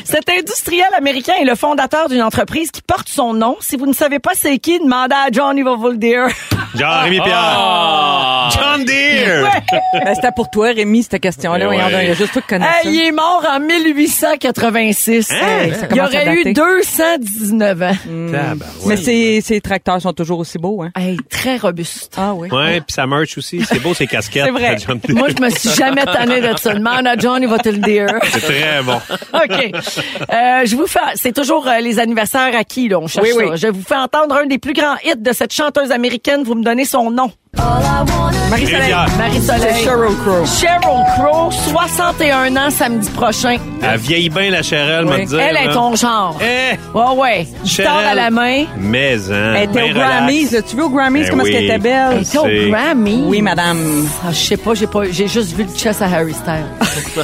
[SPEAKER 3] Cet industriel américain est le fondateur d'une entreprise qui porte son nom. Si vous ne savez pas c'est qui, demandez à Johnny Deere.
[SPEAKER 9] Jean Rémi
[SPEAKER 3] Ah!
[SPEAKER 12] Ah!
[SPEAKER 9] Pierre. John Deere.
[SPEAKER 11] Ben, c'était pour toi, Rémi, cette question-là.
[SPEAKER 9] Eh
[SPEAKER 11] Voyons
[SPEAKER 9] ouais.
[SPEAKER 11] donc, il y a juste toi qui connais
[SPEAKER 3] Hey, il est mort en 1886.
[SPEAKER 9] Hein?
[SPEAKER 11] ça.
[SPEAKER 3] Il
[SPEAKER 11] commence à
[SPEAKER 3] aurait eu
[SPEAKER 11] dater. Mm.
[SPEAKER 3] 219 ans.
[SPEAKER 9] Mm. Tabarouette.
[SPEAKER 11] Mais ces, ces tracteurs sont toujours aussi beaux, hein?
[SPEAKER 3] Hey, très robuste.
[SPEAKER 11] Ah oui.
[SPEAKER 9] Ouais, puis ça merch aussi. C'est beau, ces casquettes.
[SPEAKER 11] C'est vrai.
[SPEAKER 9] John Deere.
[SPEAKER 3] Moi, je me suis jamais tannée de ça. Demande à Johnny va te le dire.
[SPEAKER 9] C'est très bon.
[SPEAKER 3] OK. Euh, je vous fais, c'est toujours euh, les anniversaires à qui, là, on cherche
[SPEAKER 11] Oui, oui.
[SPEAKER 3] ça. Je vous fais entendre un des plus grands hits de cette chanteuse américaine. Vous me donnez son nom.
[SPEAKER 9] Rémi
[SPEAKER 11] Marie-Soleil.
[SPEAKER 9] Pierre.
[SPEAKER 3] Marie-Soleil.
[SPEAKER 11] Sheryl Crow.
[SPEAKER 3] Sheryl Crow, 61 ans samedi prochain.
[SPEAKER 9] Elle vieillit bien, la Chérelle, m'a
[SPEAKER 11] Oui.
[SPEAKER 9] dit.
[SPEAKER 3] Elle est ton genre.
[SPEAKER 9] Eh!
[SPEAKER 3] Ouais, ouais. Guitare
[SPEAKER 9] Sheryl.
[SPEAKER 3] à la main.
[SPEAKER 9] Mais, hein.
[SPEAKER 11] Elle était
[SPEAKER 9] bien
[SPEAKER 11] aux Grammys,
[SPEAKER 9] relax.
[SPEAKER 11] là. Tu veux aux Grammys,
[SPEAKER 9] Ben
[SPEAKER 11] comment est-ce
[SPEAKER 9] oui.
[SPEAKER 11] qu'elle était belle?
[SPEAKER 9] Elle
[SPEAKER 3] T'es au
[SPEAKER 9] C'est-
[SPEAKER 3] Grammy.
[SPEAKER 11] Oui, madame.
[SPEAKER 3] Ah, je sais pas, j'ai pas, j'ai juste vu le chess à Harry Styles.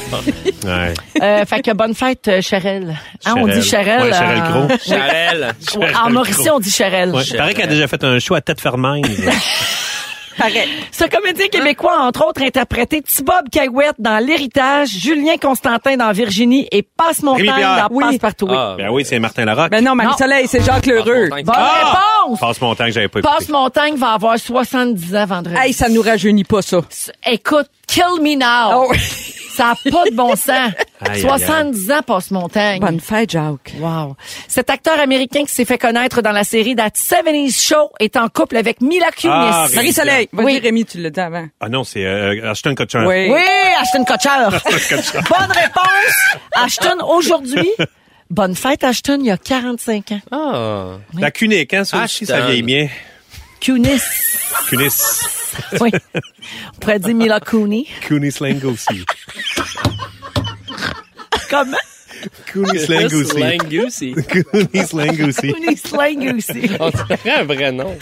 [SPEAKER 9] Ouais.
[SPEAKER 3] euh, fait que bonne fête, euh, Sheryl. Hein, on
[SPEAKER 9] Sheryl.
[SPEAKER 3] dit Sheryl.
[SPEAKER 9] Ouais, Sheryl
[SPEAKER 3] euh,
[SPEAKER 9] Crow.
[SPEAKER 12] Charelle.
[SPEAKER 3] Ouais, en Mauricie, on dit Cheryl.
[SPEAKER 9] Ouais, il paraît qu'elle a déjà fait un show à tête fermée.
[SPEAKER 11] Pareil.
[SPEAKER 3] Ce comédien québécois, a, entre autres, interprété T-Bob Cagouette dans L'Héritage, Julien Constantin dans Virginie et Passe-Montagne
[SPEAKER 9] Rémi Pierre.
[SPEAKER 3] dans
[SPEAKER 11] Oui.
[SPEAKER 3] Passe-Partout.
[SPEAKER 12] Ah, ben,
[SPEAKER 9] ben oui, c'est Martin Larocque.
[SPEAKER 11] Ben non, Marie-Soleil, c'est Jacques Lheureux.
[SPEAKER 12] Passe-Montagne.
[SPEAKER 3] Bonne
[SPEAKER 9] Ah!
[SPEAKER 3] réponse!
[SPEAKER 9] Passe mon temps que j'avais pas écouté.
[SPEAKER 3] Passe-Montagne va avoir 70 ans vendredi.
[SPEAKER 11] Hey, ça nous rajeunit pas, ça.
[SPEAKER 3] Écoute, kill me now!
[SPEAKER 11] Oh.
[SPEAKER 3] Ça n'a pas de bon sens.
[SPEAKER 9] aïe.
[SPEAKER 3] 70 ans Passe-Montagne.
[SPEAKER 11] Bonne fête, Jacques.
[SPEAKER 3] Wow. Cet acteur américain qui s'est fait connaître dans la série That 70s Show est en couple avec Mila Kunis.
[SPEAKER 9] Ah, Rémi.
[SPEAKER 11] Marie-Soleil, vas-y,
[SPEAKER 3] Oui.
[SPEAKER 11] Rémi, tu l'as dit avant.
[SPEAKER 9] Ah non, c'est euh, Ashton Kutcher.
[SPEAKER 11] Oui.
[SPEAKER 3] Oui, Ashton Kutcher. Bonne réponse. Ashton, aujourd'hui, bonne fête, Ashton, il y a 45 ans.
[SPEAKER 12] Ah.
[SPEAKER 9] La Cunic, hein, ça aussi, ça
[SPEAKER 12] Ashton.
[SPEAKER 9] vieillit bien.
[SPEAKER 3] Kunis.
[SPEAKER 9] Cunis,
[SPEAKER 3] Oui. On pourrait dire Mila Kunis.
[SPEAKER 9] Cunis Langoussi.
[SPEAKER 3] Comment?
[SPEAKER 9] Cunis Langoussi.
[SPEAKER 12] Langoussi.
[SPEAKER 9] Cunis Langoussi.
[SPEAKER 3] Kunis slang aussi.
[SPEAKER 12] On dirait Ah, un vrai nom.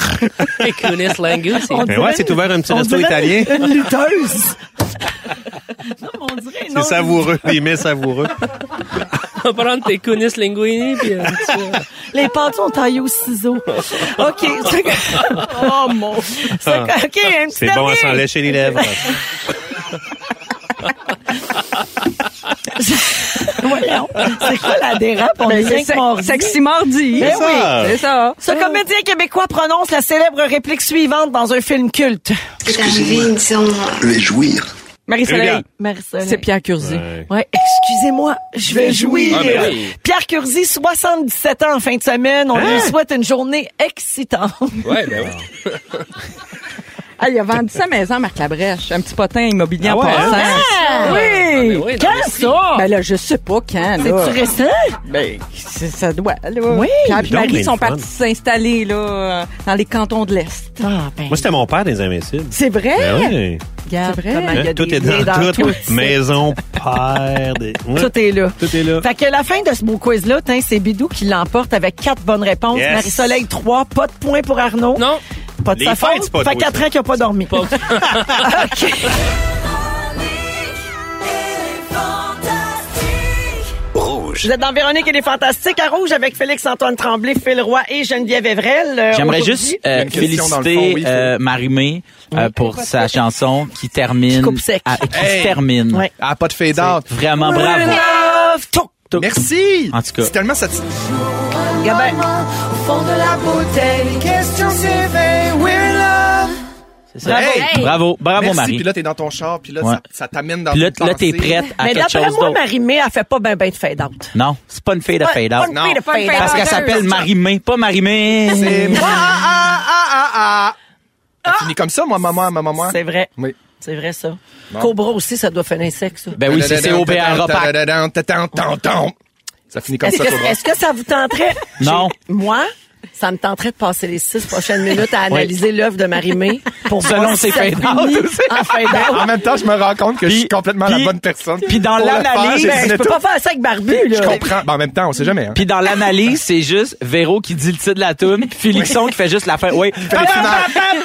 [SPEAKER 12] Kunis Langoussi.
[SPEAKER 3] On
[SPEAKER 9] Ah, Ben ouais, c'est ouvert un petit resto italien.
[SPEAKER 3] Une lutteuse. Non, mais on dirait, non.
[SPEAKER 9] C'est savoureux, les mets savoureux.
[SPEAKER 12] On va prendre tes counis linguini, puis... euh, tu vois.
[SPEAKER 3] Les pâtes sont taillées au ciseau. OK. c'est- Oh mon. C'est- OK, un petit
[SPEAKER 9] C'est bon à
[SPEAKER 3] dernier.
[SPEAKER 9] s'en lécher les lèvres.
[SPEAKER 3] Voyons. C'est quoi la dérape?
[SPEAKER 13] Ben,
[SPEAKER 3] On est rien que mordi.
[SPEAKER 11] Sexy mardi.
[SPEAKER 3] Ben oui.
[SPEAKER 11] C'est ça.
[SPEAKER 3] Ce comédien québécois prononce la célèbre réplique suivante dans un film culte.
[SPEAKER 14] C'est arrivé une disons...
[SPEAKER 11] Marie-Soleil,
[SPEAKER 3] Marie-Soleil.
[SPEAKER 11] c'est Pierre
[SPEAKER 3] Ben,
[SPEAKER 11] Curzi.
[SPEAKER 3] Ouais, excusez-moi, je vais jouir.
[SPEAKER 12] Ah, ben oui.
[SPEAKER 3] Pierre Curzi, 77 ans en fin de semaine. On lui souhaite une journée excitante.
[SPEAKER 12] Ouais, ben oui.
[SPEAKER 11] Ah, il a vendu sa maison à Marc Labrèche. Un petit potin immobilier
[SPEAKER 9] Ah
[SPEAKER 11] en
[SPEAKER 9] ouais,
[SPEAKER 11] passant.
[SPEAKER 12] Ben
[SPEAKER 11] Oui!
[SPEAKER 12] oui, dans
[SPEAKER 3] Quand Ah, ça?
[SPEAKER 11] Ben là, je sais pas quand, là.
[SPEAKER 13] Ah.
[SPEAKER 3] C'est-tu récent?
[SPEAKER 11] Ben, c'est- ça doit, là.
[SPEAKER 3] Oui.
[SPEAKER 11] Pierre et
[SPEAKER 9] Donc,
[SPEAKER 11] Marie
[SPEAKER 9] bien
[SPEAKER 11] sont
[SPEAKER 9] le fun.
[SPEAKER 11] partis s'installer, là, euh, dans les cantons de l'Est.
[SPEAKER 3] Ah, ben.
[SPEAKER 9] Moi, c'était mon père des imbéciles.
[SPEAKER 11] C'est vrai?
[SPEAKER 9] Ben oui.
[SPEAKER 11] C'est
[SPEAKER 3] Regarde
[SPEAKER 11] vrai.
[SPEAKER 3] comment il y a
[SPEAKER 9] Hein, Tout
[SPEAKER 3] des
[SPEAKER 9] est
[SPEAKER 3] nez
[SPEAKER 9] dans tout.
[SPEAKER 3] tout.
[SPEAKER 9] Maison, père, des... Ouais,
[SPEAKER 3] Tout est là.
[SPEAKER 9] Tout est là.
[SPEAKER 3] Fait que la fin de ce beau quiz-là, tiens, c'est Bidou qui l'emporte avec quatre bonnes réponses.
[SPEAKER 9] Yes.
[SPEAKER 3] Marie-Soleil, trois. Pas de points pour Arnaud.
[SPEAKER 12] Non.
[SPEAKER 3] Pas de
[SPEAKER 9] Les
[SPEAKER 3] sa
[SPEAKER 9] fêtes,
[SPEAKER 3] faute.
[SPEAKER 9] c'est pas
[SPEAKER 3] fait
[SPEAKER 9] toi,
[SPEAKER 3] quatre
[SPEAKER 9] ça.
[SPEAKER 3] ans qu'il n'a pas dormi. OK. Vous êtes dans Véronique et les Fantastiques à Rouge avec Félix-Antoine Tremblay, Phil Roy et Geneviève Evrel. Euh,
[SPEAKER 7] J'aimerais
[SPEAKER 3] aujourd'hui,
[SPEAKER 7] juste euh,
[SPEAKER 5] une question dans le
[SPEAKER 7] féliciter
[SPEAKER 5] fond, oui,
[SPEAKER 7] euh, Marie-Mé euh, pour sa chanson qui termine.
[SPEAKER 3] Qui coupe sec.
[SPEAKER 7] à- qui
[SPEAKER 5] Hey.
[SPEAKER 7] se termine.
[SPEAKER 3] Ouais.
[SPEAKER 5] Ah, pas de fade out.
[SPEAKER 7] Vraiment bravo.
[SPEAKER 3] Love, tout.
[SPEAKER 5] Merci.
[SPEAKER 7] En tout cas.
[SPEAKER 5] C'est tellement satisfaisant.
[SPEAKER 3] Gabin. Bravo.
[SPEAKER 5] Hey.
[SPEAKER 7] Bravo, bravo
[SPEAKER 5] Merci.
[SPEAKER 7] Marie.
[SPEAKER 5] Puis là, t'es dans ton char, puis là,
[SPEAKER 7] Ouais.
[SPEAKER 5] ça, ça t'amène dans
[SPEAKER 7] Puis là,
[SPEAKER 5] ton
[SPEAKER 7] là, t'es prête à
[SPEAKER 3] Mais
[SPEAKER 7] quelque
[SPEAKER 3] d'après
[SPEAKER 7] chose
[SPEAKER 3] moi,
[SPEAKER 7] d'autre.
[SPEAKER 3] Marie-Mé, elle fait pas ben ben de fade-out.
[SPEAKER 7] Non, c'est pas une fille de
[SPEAKER 3] Pas-
[SPEAKER 7] fade
[SPEAKER 3] pas
[SPEAKER 7] out.
[SPEAKER 3] une fille de
[SPEAKER 11] Non.
[SPEAKER 3] fade-out.
[SPEAKER 7] Parce qu'elle s'appelle Marie-Mé, pas Marie-Mé.
[SPEAKER 5] C'est moi. Ah, ah, ah, ah, ah. Elle finit comme ça, moi, maman, ma maman.
[SPEAKER 3] C'est vrai.
[SPEAKER 5] Oui.
[SPEAKER 3] C'est vrai, ça. Cobra aussi, ça doit finir sec, ça.
[SPEAKER 7] Ben oui, c'est COBR Ropac.
[SPEAKER 5] Ça finit comme
[SPEAKER 3] Est-ce
[SPEAKER 5] ça,
[SPEAKER 3] que,
[SPEAKER 5] toi, bras.
[SPEAKER 3] est-ce que ça vous tenterait?
[SPEAKER 7] Non.
[SPEAKER 3] J'ai- Moi, ça me tenterait de passer les six prochaines minutes à analyser l'œuvre de Marie-Mé pour
[SPEAKER 7] Selon
[SPEAKER 3] voir si
[SPEAKER 7] ses
[SPEAKER 3] ça Ah, ben,
[SPEAKER 7] fade-out
[SPEAKER 3] finit
[SPEAKER 7] aussi.
[SPEAKER 3] en
[SPEAKER 5] Mais En
[SPEAKER 3] fade-out.
[SPEAKER 5] même temps, je me rends compte que je suis
[SPEAKER 7] Puis-
[SPEAKER 5] complètement
[SPEAKER 7] puis-
[SPEAKER 5] la bonne personne.
[SPEAKER 7] puis dans
[SPEAKER 5] pour le faire.
[SPEAKER 7] l'analyse,
[SPEAKER 5] J'ai dit
[SPEAKER 3] Ben, je
[SPEAKER 5] de
[SPEAKER 3] peux
[SPEAKER 5] tout.
[SPEAKER 3] pas faire ça avec Barbu, là.
[SPEAKER 5] Je comprends. Ben, en même temps, on sait jamais. Hein.
[SPEAKER 7] Puis dans l'analyse, c'est juste Véro qui dit le titre de la tune, puis Félixon qui fait juste la fin. Oui.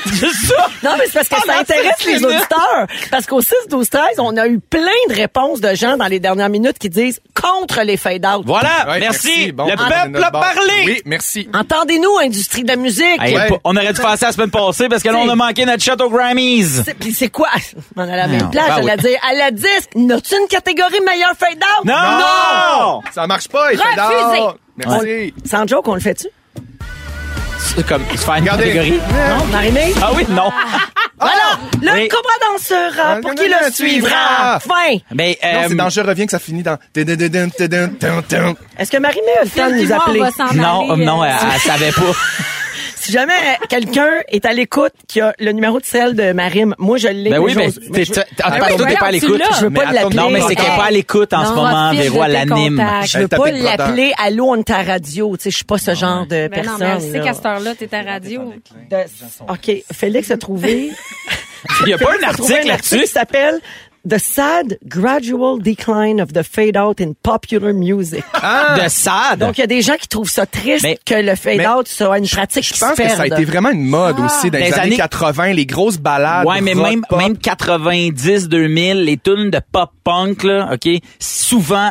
[SPEAKER 7] Juste ça.
[SPEAKER 3] Non, mais c'est parce que ça intéresse les auditeurs. Parce qu'au 6, 12, 13, on a eu plein de réponses de gens dans les dernières minutes qui disent contre les fade-out.
[SPEAKER 7] Voilà.
[SPEAKER 5] Ouais,
[SPEAKER 7] merci.
[SPEAKER 5] Bon,
[SPEAKER 7] Le
[SPEAKER 5] on est de
[SPEAKER 7] peuple
[SPEAKER 5] notre
[SPEAKER 7] a
[SPEAKER 5] bord.
[SPEAKER 7] parlé.
[SPEAKER 5] Oui, merci.
[SPEAKER 3] Entendez-nous, industrie de la musique.
[SPEAKER 7] Hey,
[SPEAKER 5] Ouais.
[SPEAKER 7] pas- On aurait dû faire ça la semaine passée parce que là, on a manqué notre shot aux Grammys.
[SPEAKER 3] C'est- Puis c'est quoi? On a la
[SPEAKER 7] Non,
[SPEAKER 3] même place,
[SPEAKER 7] ben
[SPEAKER 3] j'allais
[SPEAKER 7] oui.
[SPEAKER 3] dire. À la disque, n'as-tu une catégorie meilleure fade-out?
[SPEAKER 7] Non! Non!
[SPEAKER 5] Ça marche pas, il fait
[SPEAKER 3] Refusé.
[SPEAKER 5] dehors. Merci.
[SPEAKER 3] Sans joke, on le fait-tu?
[SPEAKER 7] C'est comme se faire une
[SPEAKER 5] Regardez.
[SPEAKER 7] catégorie.
[SPEAKER 3] Non, Marie-Mé?
[SPEAKER 7] Ah oui, non.
[SPEAKER 3] Alors, le
[SPEAKER 7] Oui.
[SPEAKER 3] cobra dansera pour
[SPEAKER 5] Ah,
[SPEAKER 3] qui
[SPEAKER 5] non,
[SPEAKER 3] le
[SPEAKER 5] non,
[SPEAKER 3] suivra.
[SPEAKER 5] suivra.
[SPEAKER 3] Fin.
[SPEAKER 7] Mais
[SPEAKER 5] Non,
[SPEAKER 7] euh,
[SPEAKER 5] c'est dans Je reviens que ça finit dans.
[SPEAKER 3] Est-ce que Marie-Mé a le temps de nous appeler?
[SPEAKER 7] non, euh, non, elle, elle savait pas.
[SPEAKER 3] Si jamais euh, quelqu'un est à l'écoute qui a le numéro de celle de Marim, moi je l'ai.
[SPEAKER 7] Ben oui, mais
[SPEAKER 3] j'ose-
[SPEAKER 7] t'es-
[SPEAKER 3] je-
[SPEAKER 7] t'es- en
[SPEAKER 3] Ben
[SPEAKER 7] tout cas,
[SPEAKER 3] oui,
[SPEAKER 7] toi, t'es pas à
[SPEAKER 3] regarde, tu
[SPEAKER 7] l'écoute.
[SPEAKER 3] l'as. Je veux pas
[SPEAKER 5] Mais attends,
[SPEAKER 3] l'appeler.
[SPEAKER 7] Non, mais c'est qu'elle est pas à l'écoute en ce moment. Véro, elle l'anime.
[SPEAKER 3] Je veux
[SPEAKER 5] Elle
[SPEAKER 3] pas
[SPEAKER 5] tape des brodeurs.
[SPEAKER 3] l'appeler. Allô, on est à radio. Tu sais, je suis pas ce genre de
[SPEAKER 8] Mais non, mais elle
[SPEAKER 3] personne.
[SPEAKER 8] sait
[SPEAKER 3] là.
[SPEAKER 8] qu'à cette heure-là, t'es à radio.
[SPEAKER 3] De- OK, Félix a trouvé.
[SPEAKER 7] Il y a pas un
[SPEAKER 3] Félix a trouvé
[SPEAKER 7] article
[SPEAKER 3] qui
[SPEAKER 7] là-dessus.
[SPEAKER 3] s'appelle The Sad Gradual Decline of the Fade Out in Popular Music.
[SPEAKER 7] De Ah! sad.
[SPEAKER 3] Donc, il y a des gens qui trouvent ça triste
[SPEAKER 7] Mais-
[SPEAKER 3] que le
[SPEAKER 5] mais-
[SPEAKER 3] fade-out soit une pratique
[SPEAKER 5] Je pense que ça a été vraiment une mode
[SPEAKER 3] Ah!
[SPEAKER 5] aussi dans
[SPEAKER 7] Les
[SPEAKER 5] les
[SPEAKER 7] années-
[SPEAKER 5] années 80, les grosses balades.
[SPEAKER 7] Ouais, mais
[SPEAKER 5] rock,
[SPEAKER 7] même,
[SPEAKER 5] pop.
[SPEAKER 7] même 90, 2000, les tunes de pop-punk, là, OK, souvent,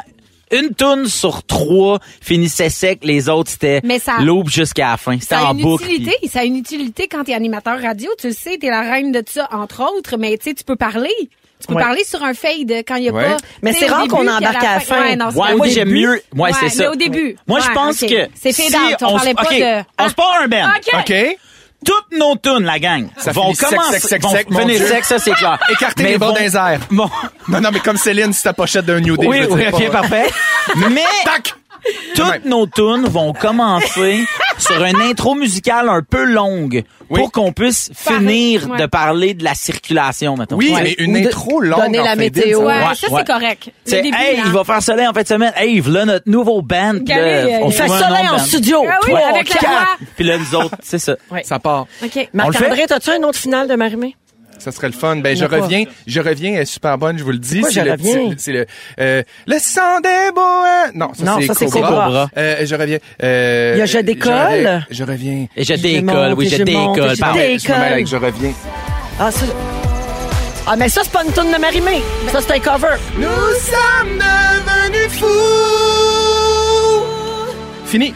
[SPEAKER 7] une tune sur trois finissait sec, les autres, c'était
[SPEAKER 8] Mais ça-
[SPEAKER 7] l'aube jusqu'à la fin. C'était
[SPEAKER 8] Ça a
[SPEAKER 7] en
[SPEAKER 8] une
[SPEAKER 7] boucle.
[SPEAKER 8] utilité, ça a une utilité quand t'es animateur radio, tu le sais, t'es la reine de ça, entre autres, mais tu sais, tu peux parler. Tu peux
[SPEAKER 3] Ouais.
[SPEAKER 8] parler sur un fade quand il n'y a
[SPEAKER 5] Ouais.
[SPEAKER 8] pas...
[SPEAKER 3] Mais
[SPEAKER 8] tu sais,
[SPEAKER 3] c'est
[SPEAKER 8] au
[SPEAKER 3] rare
[SPEAKER 8] début,
[SPEAKER 3] qu'on
[SPEAKER 8] puis
[SPEAKER 3] embarque à la fin.
[SPEAKER 8] Ouais, non, c'est
[SPEAKER 7] Ouais,
[SPEAKER 8] au
[SPEAKER 7] moi, j'aime
[SPEAKER 8] début.
[SPEAKER 7] mieux- ouais, c'est ça.
[SPEAKER 8] Mais au début.
[SPEAKER 7] Moi, je
[SPEAKER 8] Ouais,
[SPEAKER 7] pense
[SPEAKER 8] ok.
[SPEAKER 7] que
[SPEAKER 8] C'est
[SPEAKER 7] si
[SPEAKER 8] fade out, on,
[SPEAKER 7] on,
[SPEAKER 8] parlait
[SPEAKER 7] se-
[SPEAKER 8] pas
[SPEAKER 7] OK,
[SPEAKER 8] de...
[SPEAKER 7] on se part un ben.
[SPEAKER 8] OK.
[SPEAKER 5] OK?
[SPEAKER 7] Toutes nos tunes, la gang,
[SPEAKER 5] Ça
[SPEAKER 7] vont
[SPEAKER 5] finit sec,
[SPEAKER 7] commencer...
[SPEAKER 5] sec, sec,
[SPEAKER 7] vont
[SPEAKER 5] sec, mon
[SPEAKER 7] finir
[SPEAKER 5] Dieu.
[SPEAKER 7] sec, ça, c'est clair.
[SPEAKER 5] Écarter
[SPEAKER 7] Mais
[SPEAKER 5] les bords
[SPEAKER 7] vont-
[SPEAKER 5] dans les airs.
[SPEAKER 7] Bon.
[SPEAKER 5] Non, non, mais comme Céline, c'est ta pochette d'un New Day.
[SPEAKER 7] Oui,
[SPEAKER 5] je veux
[SPEAKER 7] oui,
[SPEAKER 5] dire,
[SPEAKER 7] ok,
[SPEAKER 5] pas-
[SPEAKER 7] parfait. Mais...
[SPEAKER 5] Tac!
[SPEAKER 7] toutes
[SPEAKER 5] Ouais.
[SPEAKER 7] nos tunes vont commencer sur une intro musicale un peu longue
[SPEAKER 5] Oui.
[SPEAKER 7] pour qu'on puisse
[SPEAKER 8] Parler,
[SPEAKER 7] finir
[SPEAKER 8] ouais.
[SPEAKER 7] de parler de la circulation, mettons.
[SPEAKER 5] Oui,
[SPEAKER 7] Ouais.
[SPEAKER 5] mais
[SPEAKER 3] Ou
[SPEAKER 5] une
[SPEAKER 3] de-
[SPEAKER 5] intro longue.
[SPEAKER 3] donner
[SPEAKER 5] en
[SPEAKER 3] la
[SPEAKER 5] fin
[SPEAKER 3] météo.
[SPEAKER 8] Ouais,
[SPEAKER 5] d'émission.
[SPEAKER 7] Ouais,
[SPEAKER 8] ça,
[SPEAKER 7] ouais.
[SPEAKER 8] c'est correct. Le
[SPEAKER 7] C'est,
[SPEAKER 8] début,
[SPEAKER 7] hey,
[SPEAKER 8] là.
[SPEAKER 7] il va faire soleil en fin de semaine. Hey, voilà notre nouveau band. Puis là,
[SPEAKER 8] Regardez, euh,
[SPEAKER 7] on
[SPEAKER 8] il
[SPEAKER 7] se
[SPEAKER 3] fait
[SPEAKER 7] trouve un
[SPEAKER 3] soleil
[SPEAKER 7] nom de
[SPEAKER 3] en
[SPEAKER 7] band.
[SPEAKER 3] studio.
[SPEAKER 8] Ah oui,
[SPEAKER 3] Trois,
[SPEAKER 8] avec la
[SPEAKER 3] quatre.
[SPEAKER 8] voix.
[SPEAKER 7] Puis là, nous autres, c'est ça.
[SPEAKER 3] Ouais.
[SPEAKER 5] Ça part.
[SPEAKER 8] OK.
[SPEAKER 3] Marc-André, t'as-tu un autre final de Marimé?
[SPEAKER 5] Ça serait le fun. Ben,
[SPEAKER 3] Il y
[SPEAKER 5] je
[SPEAKER 3] en a pas.
[SPEAKER 5] reviens. Je reviens. Elle est super bonne, je vous le dis.
[SPEAKER 3] Pourquoi
[SPEAKER 5] C'est
[SPEAKER 3] je
[SPEAKER 5] le,
[SPEAKER 3] reviens?
[SPEAKER 5] petit- C'est le, euh, le sang des boas. Non, ça,
[SPEAKER 3] Non, ça, c'est
[SPEAKER 5] c'est Cobra.
[SPEAKER 3] Cobra.
[SPEAKER 5] Euh, je reviens. Euh,
[SPEAKER 3] Il y a Je décolle.
[SPEAKER 5] reviens- Je reviens. Ah,
[SPEAKER 7] Et je
[SPEAKER 3] Je monte,
[SPEAKER 7] décolle, oui,
[SPEAKER 3] et
[SPEAKER 7] je
[SPEAKER 3] je monte, et
[SPEAKER 7] décolle.
[SPEAKER 3] je
[SPEAKER 7] pardon.
[SPEAKER 5] Je me mêle avec je reviens.
[SPEAKER 3] Ah, ça, Ah, mais ça, c'est pas une toune de Marimé. Ça, c'est un cover. Nous sommes devenus fous.
[SPEAKER 5] Fini.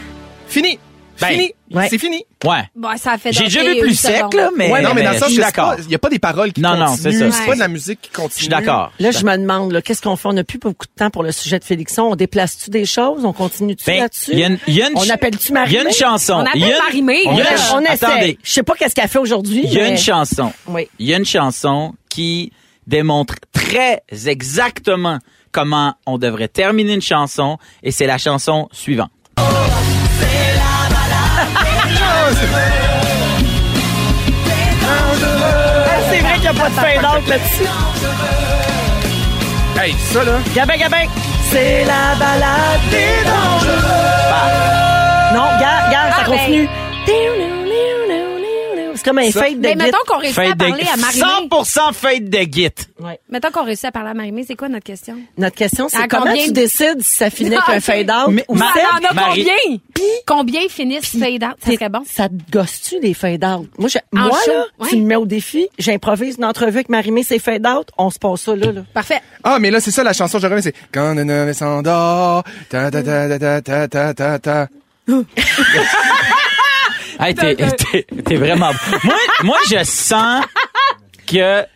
[SPEAKER 5] Fini. fini.
[SPEAKER 7] Ben, ouais.
[SPEAKER 5] C'est fini.
[SPEAKER 7] Ouais.
[SPEAKER 8] Bon, ça a fait
[SPEAKER 7] J'ai
[SPEAKER 8] danser
[SPEAKER 7] déjà vu
[SPEAKER 8] une
[SPEAKER 7] plus sec,
[SPEAKER 8] seconde.
[SPEAKER 7] là, mais.
[SPEAKER 5] Ouais, non, mais dans le
[SPEAKER 7] je
[SPEAKER 5] sens
[SPEAKER 7] suis
[SPEAKER 5] que c'est
[SPEAKER 7] d'accord.
[SPEAKER 5] pas- il n'y a pas des paroles qui
[SPEAKER 7] Non, non,
[SPEAKER 5] continuent,
[SPEAKER 7] c'est ça.
[SPEAKER 5] c'est
[SPEAKER 7] Ouais.
[SPEAKER 5] pas de la musique qui continue.
[SPEAKER 7] Je suis d'accord.
[SPEAKER 3] Là, je me demande, là, qu'est-ce qu'on fait? On n'a plus beaucoup de temps pour le sujet de Félixon. On déplace-tu des choses? On continue-tu
[SPEAKER 7] Ben,
[SPEAKER 3] là-dessus?
[SPEAKER 7] il y a une- il y a une
[SPEAKER 3] on
[SPEAKER 7] ch-
[SPEAKER 3] appelle-tu Marimé?
[SPEAKER 7] il y a une chanson. On appelle Il y a une- Marimé.
[SPEAKER 3] On,
[SPEAKER 7] il y a une
[SPEAKER 3] on
[SPEAKER 7] ch-
[SPEAKER 3] essaie.
[SPEAKER 7] Attendez.
[SPEAKER 3] Je sais pas qu'est-ce qu'elle fait aujourd'hui.
[SPEAKER 7] Il y a
[SPEAKER 3] mais-
[SPEAKER 7] une chanson.
[SPEAKER 3] Oui.
[SPEAKER 7] Il y a une chanson qui démontre très exactement comment on devrait terminer une chanson et c'est la chanson suivante.
[SPEAKER 3] Ah, c'est vrai qu'il n'y a pas de fin d'encre là-dessus.
[SPEAKER 5] Hey, ça, là.
[SPEAKER 3] Gabin, gabin. C'est la balade des dangereux. Non, gars, gars, ça
[SPEAKER 8] Ah, ben.
[SPEAKER 3] continue. C'est comme un fade de
[SPEAKER 8] Mais mettons
[SPEAKER 3] guitare.
[SPEAKER 8] qu'on réussit à
[SPEAKER 7] Fête de-
[SPEAKER 8] parler à Marimé.
[SPEAKER 7] 100% fade de git.
[SPEAKER 8] Mettons qu'on réussit à parler à Marimé, c'est quoi notre question?
[SPEAKER 3] Notre question, c'est
[SPEAKER 8] À
[SPEAKER 3] comment
[SPEAKER 8] combien
[SPEAKER 3] tu
[SPEAKER 8] de-
[SPEAKER 3] décides si ça finit
[SPEAKER 8] Non,
[SPEAKER 3] avec un
[SPEAKER 8] ok.
[SPEAKER 3] fade-out
[SPEAKER 7] Mais-
[SPEAKER 3] ou
[SPEAKER 7] Ma-
[SPEAKER 3] sept?
[SPEAKER 8] On a
[SPEAKER 7] Marie-
[SPEAKER 8] combien? Combien finissent fade-out? Ça serait bon.
[SPEAKER 3] Ça te gosse-tu des fade-out? Moi, je-
[SPEAKER 14] Ah,
[SPEAKER 8] En
[SPEAKER 3] moi
[SPEAKER 8] show,
[SPEAKER 3] là,
[SPEAKER 8] ouais.
[SPEAKER 3] tu me mets au défi, j'improvise une entrevue avec Marimé, c'est fade-out, on se passe ça là. là.
[SPEAKER 8] Parfait.
[SPEAKER 5] Ah, mais là, c'est ça, la chanson, je remets, c'est Quand une nuit s'endort, ta ta ta ta ta ta ta ta.
[SPEAKER 7] Hey, t'es, t'es- t'es vraiment. moi, moi, je sens que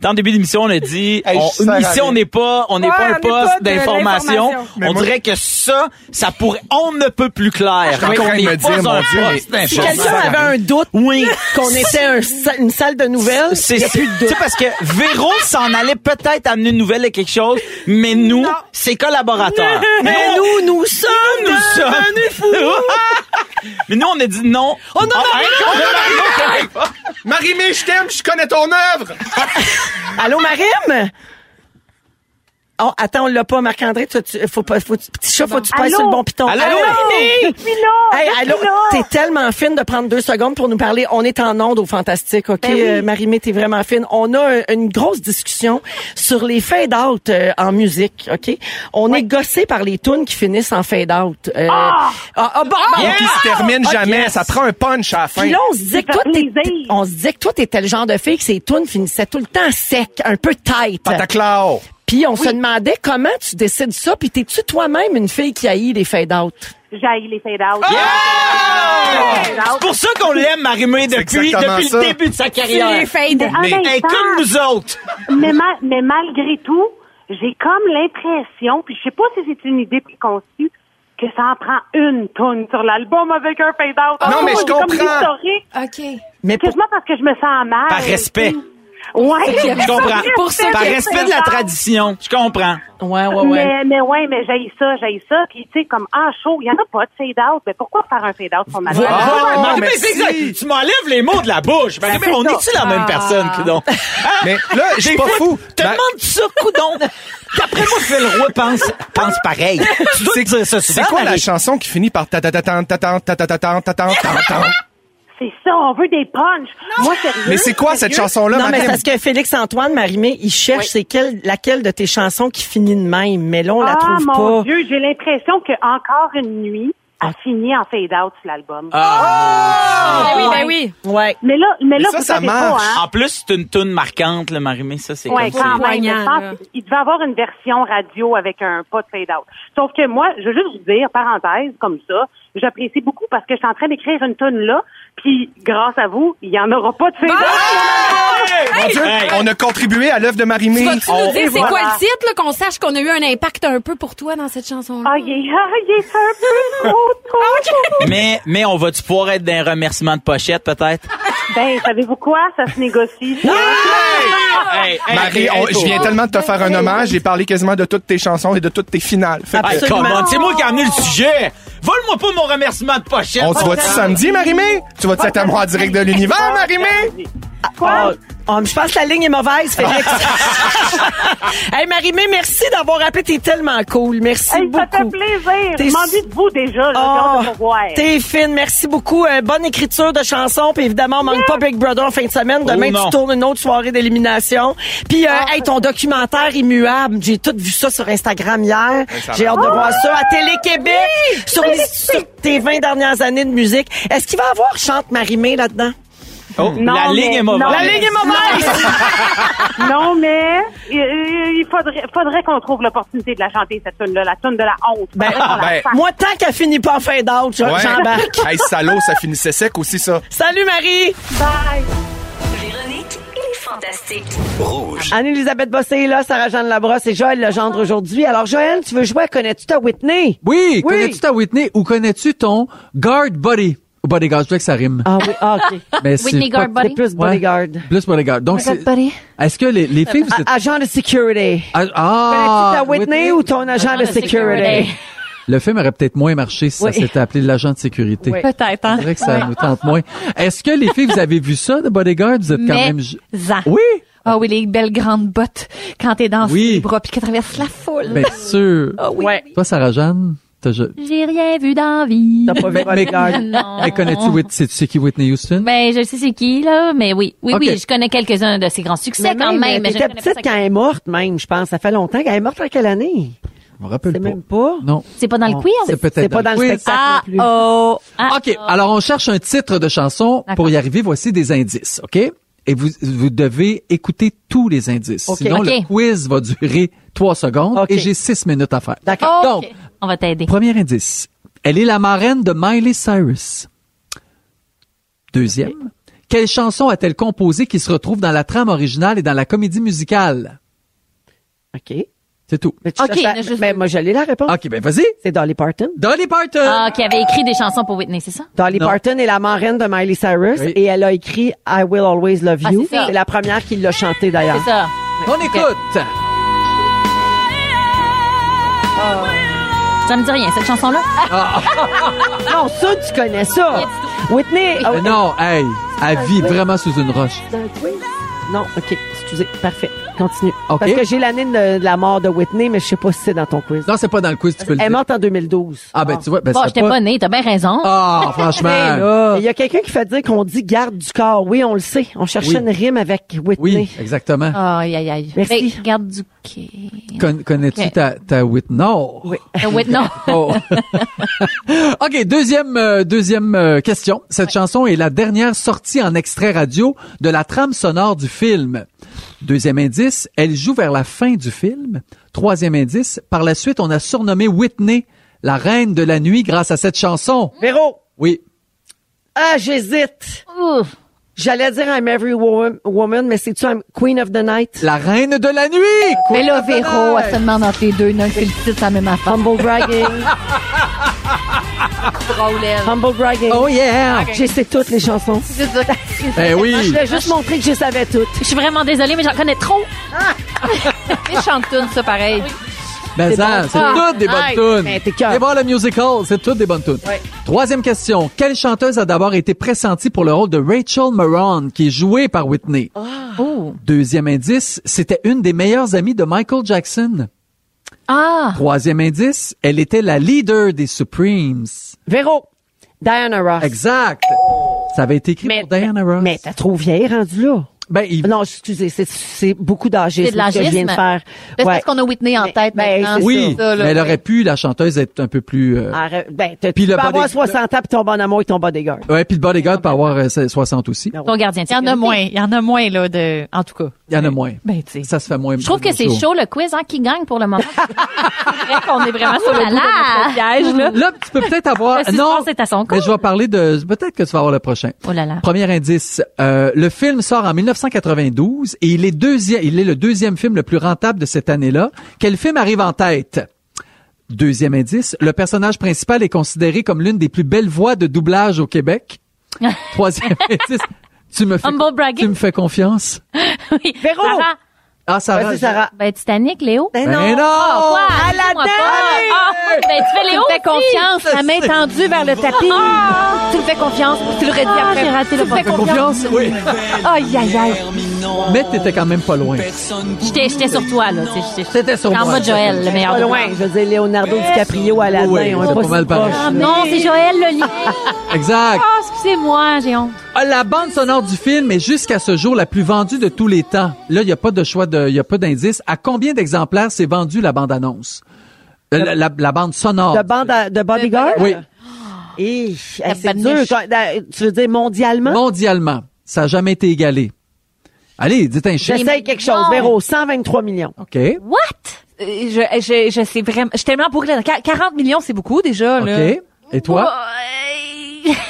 [SPEAKER 7] dans le début d'émission, on a dit,
[SPEAKER 4] Hey,
[SPEAKER 7] on-
[SPEAKER 4] je sers
[SPEAKER 7] ici,
[SPEAKER 4] à
[SPEAKER 7] on n'est pas, on n'est
[SPEAKER 4] Ouais,
[SPEAKER 7] pas
[SPEAKER 4] on
[SPEAKER 7] un
[SPEAKER 4] n'est
[SPEAKER 7] poste
[SPEAKER 4] pas de
[SPEAKER 7] d'information.
[SPEAKER 4] l'information.
[SPEAKER 7] On
[SPEAKER 4] Mais moi-
[SPEAKER 7] dirait que ça, ça pourrait, on ne peut plus clair.
[SPEAKER 4] Je suis en
[SPEAKER 7] qu'on
[SPEAKER 4] train de
[SPEAKER 7] n'est
[SPEAKER 4] me
[SPEAKER 7] pas
[SPEAKER 4] dire, mon
[SPEAKER 7] un
[SPEAKER 4] Dieu,
[SPEAKER 7] poste
[SPEAKER 4] mais-
[SPEAKER 3] Si
[SPEAKER 7] d'information.
[SPEAKER 3] quelqu'un avait un doute qu'on était un sa- une salle de nouvelles,
[SPEAKER 7] C'est
[SPEAKER 3] il y a
[SPEAKER 7] c'est-
[SPEAKER 3] plus de
[SPEAKER 7] tu
[SPEAKER 3] doute.
[SPEAKER 7] sais, parce que Véro s'en allait peut-être amener une nouvelle et quelque chose, mais nous, ses collaborateurs.
[SPEAKER 3] Mais nous, nous sommes,
[SPEAKER 7] nous
[SPEAKER 3] devenus
[SPEAKER 7] fous. mais nous, on a dit non.
[SPEAKER 3] Oh non,
[SPEAKER 7] Ah,
[SPEAKER 3] Marie-
[SPEAKER 7] hein, on a-
[SPEAKER 5] Marie-Mé, je t'aime, je connais ton œuvre!
[SPEAKER 3] Allô, Marim? Oh, attends, on l'a pas, Marc-André. Tu- tu- Faut pas, faut, petit chat, faut que tu passes sur le bon piton.
[SPEAKER 7] Allô?
[SPEAKER 3] Marimé? Hey, allô, t'es tellement fine de prendre deux secondes pour nous parler. On est en onde au Fantastique, OK? Euh, Marimé, t'es vraiment fine. On a un- une grosse discussion sur les fade-out euh, en musique, OK? On est gossé par les tunes qui finissent en fade-out. Euh, ah! ah, bon, bon,
[SPEAKER 5] Qui se termine
[SPEAKER 3] Ah,
[SPEAKER 5] jamais,
[SPEAKER 3] yes.
[SPEAKER 5] ça prend un punch à la fin.
[SPEAKER 3] Puis là, on se disait que toi, t'es- t'es- on se disait que toi, t'étais le genre de fille que ses tunes finissaient tout le temps sec, un peu tight.
[SPEAKER 5] Pataclao.
[SPEAKER 3] Puis on se demandait comment tu décides ça, puis t'es-tu toi-même une fille qui haït les fade-out?
[SPEAKER 14] J'aille les fade-out.
[SPEAKER 7] C'est pour ça qu'on l'aime, Marimé, depuis,
[SPEAKER 5] exactement
[SPEAKER 7] depuis
[SPEAKER 5] ça.
[SPEAKER 7] le début de sa carrière.
[SPEAKER 8] les fades.
[SPEAKER 14] Mais en
[SPEAKER 7] Elle
[SPEAKER 14] même
[SPEAKER 7] est
[SPEAKER 14] temps-
[SPEAKER 7] comme nous autres.
[SPEAKER 14] mais, ma- mais malgré tout, j'ai comme l'impression, puis je sais pas si c'est une idée préconçue, que ça en prend une tonne sur l'album avec un fade-out.
[SPEAKER 4] Ah,
[SPEAKER 5] Non, mais je
[SPEAKER 14] C'est Comme
[SPEAKER 5] comprends.
[SPEAKER 14] l'historique.
[SPEAKER 8] OK.
[SPEAKER 3] Mais pour-
[SPEAKER 14] Quasiment parce que je me sens mal.
[SPEAKER 7] Par respect.
[SPEAKER 14] Ouais.
[SPEAKER 7] Je comprends.
[SPEAKER 14] Pour ça
[SPEAKER 7] Par
[SPEAKER 14] que-
[SPEAKER 7] respect de la tradition. Je comprends.
[SPEAKER 3] Ouais, ouais, ouais.
[SPEAKER 14] Mais, mais ouais, mais j'ai ça, j'ai ça. Puis, tu sais, comme en show, il n'y en a pas de fade-out. Mais pourquoi faire un fade-out sur ma
[SPEAKER 7] Voilà.
[SPEAKER 5] Ah,
[SPEAKER 7] Voilà. Mais
[SPEAKER 5] merci.
[SPEAKER 7] c'est exact. Tu m'enlèves les mots de la bouche. Marimé,
[SPEAKER 14] c'est
[SPEAKER 7] on
[SPEAKER 14] ça.
[SPEAKER 7] est-tu la même
[SPEAKER 8] Ah.
[SPEAKER 7] personne, Coudon?
[SPEAKER 5] Mais là, je suis pas fou. Ben,
[SPEAKER 7] Te
[SPEAKER 5] Ma-
[SPEAKER 7] demande ça, Coudon. Ben- D'après moi, Phil Roy pense, pense pareil. Tu dois dire ça souvent,
[SPEAKER 5] C'est quoi la
[SPEAKER 7] Marie.
[SPEAKER 5] chanson qui finit par ta ta ta ta ta ta ta ta ta ta ta ta ta ta
[SPEAKER 14] C'est ça, on veut des punchs. Moi, sérieux.
[SPEAKER 5] Mais c'est quoi cette chanson-là,
[SPEAKER 3] non, mais
[SPEAKER 5] Marie?
[SPEAKER 3] parce que Félix-Antoine, Marimé, il cherche c'est quelle- laquelle de tes chansons qui finit de même, mais là, on la
[SPEAKER 14] ah,
[SPEAKER 3] trouve
[SPEAKER 14] mon
[SPEAKER 3] pas.
[SPEAKER 14] Dieu, j'ai l'impression que encore une nuit a fini en fade-out sur l'album.
[SPEAKER 7] Ah.
[SPEAKER 8] Ben oui, ben oui.
[SPEAKER 3] Ouais.
[SPEAKER 14] Mais là, mais là,
[SPEAKER 5] ça,
[SPEAKER 14] vous
[SPEAKER 5] ça
[SPEAKER 14] savez
[SPEAKER 5] marche.
[SPEAKER 14] pas, hein?
[SPEAKER 7] En plus, c'est une toune marquante, le Marimé. Ça, c'est
[SPEAKER 14] Ouais,
[SPEAKER 7] comme ça.
[SPEAKER 14] quand même.
[SPEAKER 8] Poignant,
[SPEAKER 14] Je pense
[SPEAKER 8] là.
[SPEAKER 14] qu'il devait avoir une version radio avec un pas de fade-out. Sauf que moi, je veux juste vous dire, parenthèse, comme ça, j'apprécie beaucoup parce que je suis en train d'écrire une tonne là, puis grâce à vous, il n'y en aura pas de
[SPEAKER 8] Ah!
[SPEAKER 14] fade-out.
[SPEAKER 5] Mon Dieu,
[SPEAKER 7] Hey!
[SPEAKER 5] on a contribué à l'œuvre de
[SPEAKER 8] Tu
[SPEAKER 5] Marie-Mé.
[SPEAKER 8] vas-tu
[SPEAKER 5] On-
[SPEAKER 8] nous dire c'est
[SPEAKER 14] voilà.
[SPEAKER 8] quoi le titre, là, qu'on sache qu'on a eu un impact un peu pour toi dans cette chanson-là?
[SPEAKER 14] Ah, il est, ah, il est un peu trop, trop.
[SPEAKER 7] Mais, mais on va-tu pouvoir être d'un remerciement de pochette, peut-être?
[SPEAKER 14] Ben, savez-vous quoi? Ça se négocie.
[SPEAKER 7] Hey, hey,
[SPEAKER 5] Marie,
[SPEAKER 7] hey,
[SPEAKER 5] on-
[SPEAKER 7] hey,
[SPEAKER 5] je viens
[SPEAKER 7] toi.
[SPEAKER 5] tellement de te faire un hommage. J'ai parlé quasiment de toutes tes chansons et de toutes tes finales. Fait que-
[SPEAKER 7] Hey,
[SPEAKER 3] Absolument.
[SPEAKER 7] come on, c'est moi qui ai amené le sujet. Vole-moi pas mon remerciement de pochette.
[SPEAKER 5] on se voit-tu samedi, Marie-Mé? Tu vas-tu être à moi en direct de l'univers, Marie-Mé?
[SPEAKER 3] Ah, ah, je pense que la ligne est mauvaise, Félix. hey, Marimé, merci d'avoir appelé. T'es tellement cool. Merci
[SPEAKER 14] Hey, ça fait
[SPEAKER 3] beaucoup.
[SPEAKER 14] plaisir.
[SPEAKER 3] T'es-
[SPEAKER 14] Je m'en dis de vous déjà. J'ai
[SPEAKER 3] Oh,
[SPEAKER 14] hâte de vous voir.
[SPEAKER 3] t'es fine, merci beaucoup. Euh, bonne écriture de chansons, puis évidemment, on manque pas Big Brother en fin de semaine. Demain,
[SPEAKER 7] Oh, non.
[SPEAKER 3] tu tournes une autre soirée d'élimination. Puis, euh,
[SPEAKER 14] Ah.
[SPEAKER 3] hey, ton documentaire immuable, j'ai tout vu ça sur Instagram hier. J'ai hâte de voir ça à Télé-Québec, sur, les- sur tes 20 dernières années de musique. Est-ce qu'il va y avoir Chante Marimé là-dedans?
[SPEAKER 14] Non,
[SPEAKER 7] La ligne
[SPEAKER 14] mais-
[SPEAKER 7] est mauvaise.
[SPEAKER 14] non,
[SPEAKER 7] La
[SPEAKER 14] mais-
[SPEAKER 7] ligne est
[SPEAKER 14] Non, non, mais il, il- il faudrait, faudrait qu'on trouve l'opportunité de la chanter, cette tune-là, la tune de la honte.
[SPEAKER 3] Ben,
[SPEAKER 14] Faudrait qu'on la
[SPEAKER 5] ben,
[SPEAKER 14] fasse.
[SPEAKER 3] Moi, tant qu'elle finit pas en fin d'autre,
[SPEAKER 5] Ouais.
[SPEAKER 3] j'embarque.
[SPEAKER 5] Hey, salaud, ça finissait sec aussi, ça.
[SPEAKER 3] Salut, Marie!
[SPEAKER 14] Bye!
[SPEAKER 1] Véronique et les Fantastiques.
[SPEAKER 3] Anne-Elisabeth Bossé est là, Sarah-Jeanne Labrosse et Joël Legendre aujourd'hui. Alors, Joël, tu veux jouer à Connais-tu ta Whitney?
[SPEAKER 13] Oui, connais-tu ta Whitney ou connais-tu ton guard buddy? Ou bodyguard, je voulais que ça rime.
[SPEAKER 3] Ah oui, ah, OK.
[SPEAKER 13] Mais c'est
[SPEAKER 3] Whitney
[SPEAKER 13] pas-
[SPEAKER 3] guard buddy? C'est plus bodyguard.
[SPEAKER 13] Plus bodyguard. Donc,
[SPEAKER 3] Bodyguard
[SPEAKER 13] c'est-
[SPEAKER 3] buddy.
[SPEAKER 13] Est-ce que les, les filles, vous êtes...
[SPEAKER 3] A- agent de sécurité.
[SPEAKER 13] Ah, ah,
[SPEAKER 3] Connais-tu ta Whitney, ou ton agent, de sécurité?
[SPEAKER 13] Le film aurait peut-être moins marché si
[SPEAKER 3] Oui.
[SPEAKER 13] ça s'était appelé l'agent de sécurité.
[SPEAKER 3] Oui.
[SPEAKER 15] Peut-être, hein?
[SPEAKER 13] C'est vrai que ça
[SPEAKER 15] Oui.
[SPEAKER 13] nous tente moins. Est-ce que les filles, vous avez vu ça, de bodyguard? Vous êtes quand
[SPEAKER 15] Mais
[SPEAKER 13] même... ju-
[SPEAKER 15] zan.
[SPEAKER 13] Oui!
[SPEAKER 15] Ah oui, les belles grandes bottes quand t'es dans
[SPEAKER 13] Oui.
[SPEAKER 15] les bras puis qu'elles traversent la foule.
[SPEAKER 13] Bien sûr.
[SPEAKER 15] Ah oui. Ouais.
[SPEAKER 13] Toi, Sarah-Jeanne, t'as... je-
[SPEAKER 15] J'ai rien vu d'envie.
[SPEAKER 3] T'as pas vu Bodyguard?
[SPEAKER 15] Non.
[SPEAKER 13] Mais connais-tu Whit- c'est- c'est qui Whitney Houston?
[SPEAKER 16] Ben, je sais c'est qui, là, mais oui. Oui,
[SPEAKER 13] Ok.
[SPEAKER 16] oui, je connais quelques-uns de ses grands succès quand même, mais je
[SPEAKER 3] T'étais
[SPEAKER 16] connais pas
[SPEAKER 3] petite
[SPEAKER 16] ça.
[SPEAKER 3] quand elle est morte, même, je pense. Ça fait longtemps qu'elle est morte en quelle année?
[SPEAKER 13] Je me rappelle
[SPEAKER 3] C'est même pas.
[SPEAKER 13] Non.
[SPEAKER 16] C'est pas dans le
[SPEAKER 13] Non,
[SPEAKER 16] quiz?
[SPEAKER 13] Oh, c'est peut-être
[SPEAKER 3] C'est pas dans le
[SPEAKER 13] quiz.
[SPEAKER 3] spectacle non plus.
[SPEAKER 16] oh.
[SPEAKER 13] OK. Alors, on cherche un titre de chanson. Pour y arriver, voici des indices, OK? Et vous, vous devez écouter tous les indices.
[SPEAKER 16] oh, OK.
[SPEAKER 13] Sinon,
[SPEAKER 16] OK.
[SPEAKER 13] le quiz va durer trois secondes et j'ai six minutes à faire.
[SPEAKER 16] D'accord.
[SPEAKER 13] Donc,
[SPEAKER 16] on va t'aider.
[SPEAKER 13] premier indice. Elle est la marraine de Miley Cyrus. Deuxième. Quelle chanson a-t-elle composée qui se retrouve dans la trame originale et dans la comédie musicale?
[SPEAKER 3] OK.
[SPEAKER 13] C'est tout.
[SPEAKER 3] Mais tu cherches la- ben, moi, j'allais la réponse.
[SPEAKER 13] OK, ben vas-y.
[SPEAKER 3] C'est Dolly Parton.
[SPEAKER 13] Dolly Parton!
[SPEAKER 16] Ah, qui avait écrit des chansons pour Whitney, c'est ça?
[SPEAKER 3] Dolly
[SPEAKER 16] Non.
[SPEAKER 3] Parton est la marraine de Miley Cyrus
[SPEAKER 16] Oui.
[SPEAKER 3] et elle a écrit I Will Always Love
[SPEAKER 16] Ah,
[SPEAKER 3] You.
[SPEAKER 16] c'est ça.
[SPEAKER 3] c'est la première qui l'a chantée d'ailleurs.
[SPEAKER 16] C'est ça.
[SPEAKER 13] Ah. On écoute!
[SPEAKER 16] Ça me dit rien, cette chanson-là?
[SPEAKER 3] non, ça, tu connais ça. Whitney. ah
[SPEAKER 13] Mais Euh, non, hey, elle vit vraiment sous une roche.
[SPEAKER 3] Non, OK, excusez. Parfait. Continue. Parce que j'ai l'année de, de la mort de Whitney, mais je sais pas si c'est dans ton quiz.
[SPEAKER 13] Non, c'est pas dans le quiz, tu peux le
[SPEAKER 3] Elle est
[SPEAKER 13] dire.
[SPEAKER 3] morte en 2012.
[SPEAKER 13] Ah, ben, tu vois, ben,
[SPEAKER 16] bon,
[SPEAKER 13] c'est
[SPEAKER 16] j'étais
[SPEAKER 13] pas-
[SPEAKER 16] pas née, t'as bien raison.
[SPEAKER 13] Ah, franchement.
[SPEAKER 3] Hey, là. Il y a quelqu'un qui fait dire qu'on dit garde du corps. Oui, on le sait. On cherchait
[SPEAKER 13] Oui.
[SPEAKER 3] une rime avec Whitney.
[SPEAKER 13] Oui, exactement.
[SPEAKER 16] Aïe, aïe, aïe.
[SPEAKER 3] Merci.
[SPEAKER 16] Ben, garde du quai.
[SPEAKER 13] Con- Connais-tu
[SPEAKER 16] Ok.
[SPEAKER 13] ta, ta Whitney? Non.
[SPEAKER 3] Oui.
[SPEAKER 16] Ta Whitney.
[SPEAKER 13] Oh. OK, deuxième, euh, deuxième euh, question. Cette chanson est la dernière sortie en extrait radio de la trame sonore du film. Deuxième indice, elle joue vers la fin du film. Troisième indice, par la suite, on a surnommé Whitney la reine de la nuit grâce à cette chanson.
[SPEAKER 3] Mmh. Véro!
[SPEAKER 13] Oui.
[SPEAKER 3] Ah, j'hésite. J'allais dire I'm every wo- woman, mais c'est-tu I'm queen of the night?
[SPEAKER 13] La reine de la nuit!
[SPEAKER 15] Mais là,
[SPEAKER 16] Oh,
[SPEAKER 15] Véro, elle se demande entre les deux. Non, c'est le titre, ça même affaire.
[SPEAKER 3] Humble bragging. Humble bragging.
[SPEAKER 13] Oh yeah!
[SPEAKER 3] Je sais toutes les chansons.
[SPEAKER 13] Eh oui.
[SPEAKER 3] Je voulais juste montrer que je savais toutes.
[SPEAKER 16] Je suis vraiment désolée, mais j'en connais trop.
[SPEAKER 15] Chante-tune, ça, pareil.
[SPEAKER 13] Ben
[SPEAKER 15] Des
[SPEAKER 13] ça,
[SPEAKER 15] bonnes
[SPEAKER 13] c'est
[SPEAKER 16] Ah.
[SPEAKER 15] tunes.
[SPEAKER 13] toutes des
[SPEAKER 15] Nice.
[SPEAKER 13] bonnes
[SPEAKER 14] Ben,
[SPEAKER 15] Mais
[SPEAKER 13] tunes. Et voir le musical, c'est toutes des bonnes tunes. Troisième question. Quelle chanteuse a d'abord été pressentie pour le rôle de Rachel Moran, qui est jouée par Whitney?
[SPEAKER 16] Oh.
[SPEAKER 13] Deuxième indice, c'était une des meilleures amies de Michael Jackson.
[SPEAKER 16] Ah.
[SPEAKER 13] Troisième indice, elle était la leader des Supremes.
[SPEAKER 3] Véro, Diana Ross.
[SPEAKER 13] Exact. Ça avait été écrit pour Diana Ross.
[SPEAKER 3] Mais t'es trop vieille rendue là.
[SPEAKER 13] Ben,
[SPEAKER 3] Non, excusez, c'est- c'est beaucoup
[SPEAKER 15] C'est
[SPEAKER 3] d'âgisme
[SPEAKER 15] de
[SPEAKER 3] ce que je viens de
[SPEAKER 15] l'agisme.
[SPEAKER 3] faire.
[SPEAKER 16] Ben,
[SPEAKER 15] C'est
[SPEAKER 3] Ouais. ben,
[SPEAKER 15] parce qu'on a Whitney en tête maintenant.
[SPEAKER 13] Oui,
[SPEAKER 15] c'est ça, là.
[SPEAKER 13] mais elle aurait pu, la chanteuse, être un peu plus... euh,
[SPEAKER 3] Arrête- Ben, t'as-
[SPEAKER 13] Puis
[SPEAKER 3] tu
[SPEAKER 13] le
[SPEAKER 3] peux avoir
[SPEAKER 13] body-
[SPEAKER 3] 60 ans puis ton bon amour et ton bodyguard. Ben
[SPEAKER 13] Ouais, puis le bodyguard peut avoir euh, 60 aussi.
[SPEAKER 16] Ton gardien. de
[SPEAKER 15] Il y en a
[SPEAKER 16] sécurité.
[SPEAKER 15] moins. Il y en a moins, là, de. En tout cas.
[SPEAKER 13] Il y en a moins.
[SPEAKER 15] Ben, tu sais.
[SPEAKER 13] Ça se fait moins.
[SPEAKER 16] Je trouve que c'est chaud le quiz, hein, qui gagne pour le moment. on est vraiment sur le bout de notre piège, là.
[SPEAKER 13] Là, tu peux peut-être avoir.
[SPEAKER 16] Le
[SPEAKER 13] Ah non,
[SPEAKER 16] suspense est à son
[SPEAKER 13] mais je vais parler de. Peut-être que tu vas avoir le prochain.
[SPEAKER 16] Oh là là.
[SPEAKER 13] Premier indice. euh, le film sort en 1992 et il est deuxième. Il est le deuxième film le plus rentable de cette année-là. Quel film arrive en tête Deuxième indice. Le personnage principal est considéré comme l'une des plus belles voix de doublage au Québec. Troisième indice. Tu me fais.
[SPEAKER 16] Humble bragging.
[SPEAKER 13] Tu me fais confiance.
[SPEAKER 16] oui. Véro. Sarah.
[SPEAKER 13] Ah, Sarah. je-
[SPEAKER 16] Ben, Titanic, Léo.
[SPEAKER 13] Ben non. non.
[SPEAKER 3] Oh,
[SPEAKER 16] Ah, quoi? Dis-moi pas. Ah, ben, tu fais Léo.
[SPEAKER 15] Tu me fais
[SPEAKER 16] aussi.
[SPEAKER 15] confiance, la main tendue vers le tapis.
[SPEAKER 8] Ah!
[SPEAKER 15] Tu me fais confiance, tu le redis
[SPEAKER 16] Ah,
[SPEAKER 15] après.
[SPEAKER 16] j'ai raté le
[SPEAKER 15] Tu me fais
[SPEAKER 16] bon.
[SPEAKER 15] confiance.
[SPEAKER 13] Oui.
[SPEAKER 15] Aïe, aïe, aïe.
[SPEAKER 13] Mais t'étais quand même pas loin.
[SPEAKER 16] J'étais, j'étais sur toi, là. tu sais, j'étais-
[SPEAKER 13] C'était sur
[SPEAKER 16] en
[SPEAKER 13] moi.
[SPEAKER 16] mode Joël, le meilleur.
[SPEAKER 3] Pas
[SPEAKER 16] de
[SPEAKER 3] loin.
[SPEAKER 16] moi.
[SPEAKER 3] Je veux dire, Leonardo DiCaprio à la
[SPEAKER 13] Oui,
[SPEAKER 3] on est
[SPEAKER 13] c'est
[SPEAKER 3] pas
[SPEAKER 13] pas mal
[SPEAKER 3] si
[SPEAKER 13] pareil.
[SPEAKER 3] proche.
[SPEAKER 16] Ah non, c'est Joël, le lien.
[SPEAKER 13] Exact.
[SPEAKER 16] Ah, excusez-moi, j'ai honte.
[SPEAKER 13] Ah, La bande sonore du film est jusqu'à ce jour la plus vendue de tous les temps. Là, il n'y a pas de choix, de, il n'y a pas d'indice. À combien d'exemplaires s'est vendue la bande-annonce? Euh, La, la- la bande sonore.
[SPEAKER 3] De bande à- de bodyguard?
[SPEAKER 13] Oui.
[SPEAKER 3] Et, hey, c'est
[SPEAKER 13] badniche.
[SPEAKER 3] dur. Genre, euh, Tu veux dire mondialement?
[SPEAKER 13] Mondialement. Ça n'a jamais été égalé. Allez, dites un chiffre.
[SPEAKER 17] J'essaye quelque chose.
[SPEAKER 13] Non.
[SPEAKER 17] Véro, 123 millions.
[SPEAKER 13] OK.
[SPEAKER 16] What? Euh, Je, je, je sais vraiment. Je suis tellement bourrée. là. Qu- 40 millions, c'est beaucoup déjà. Là.
[SPEAKER 13] OK. Et toi?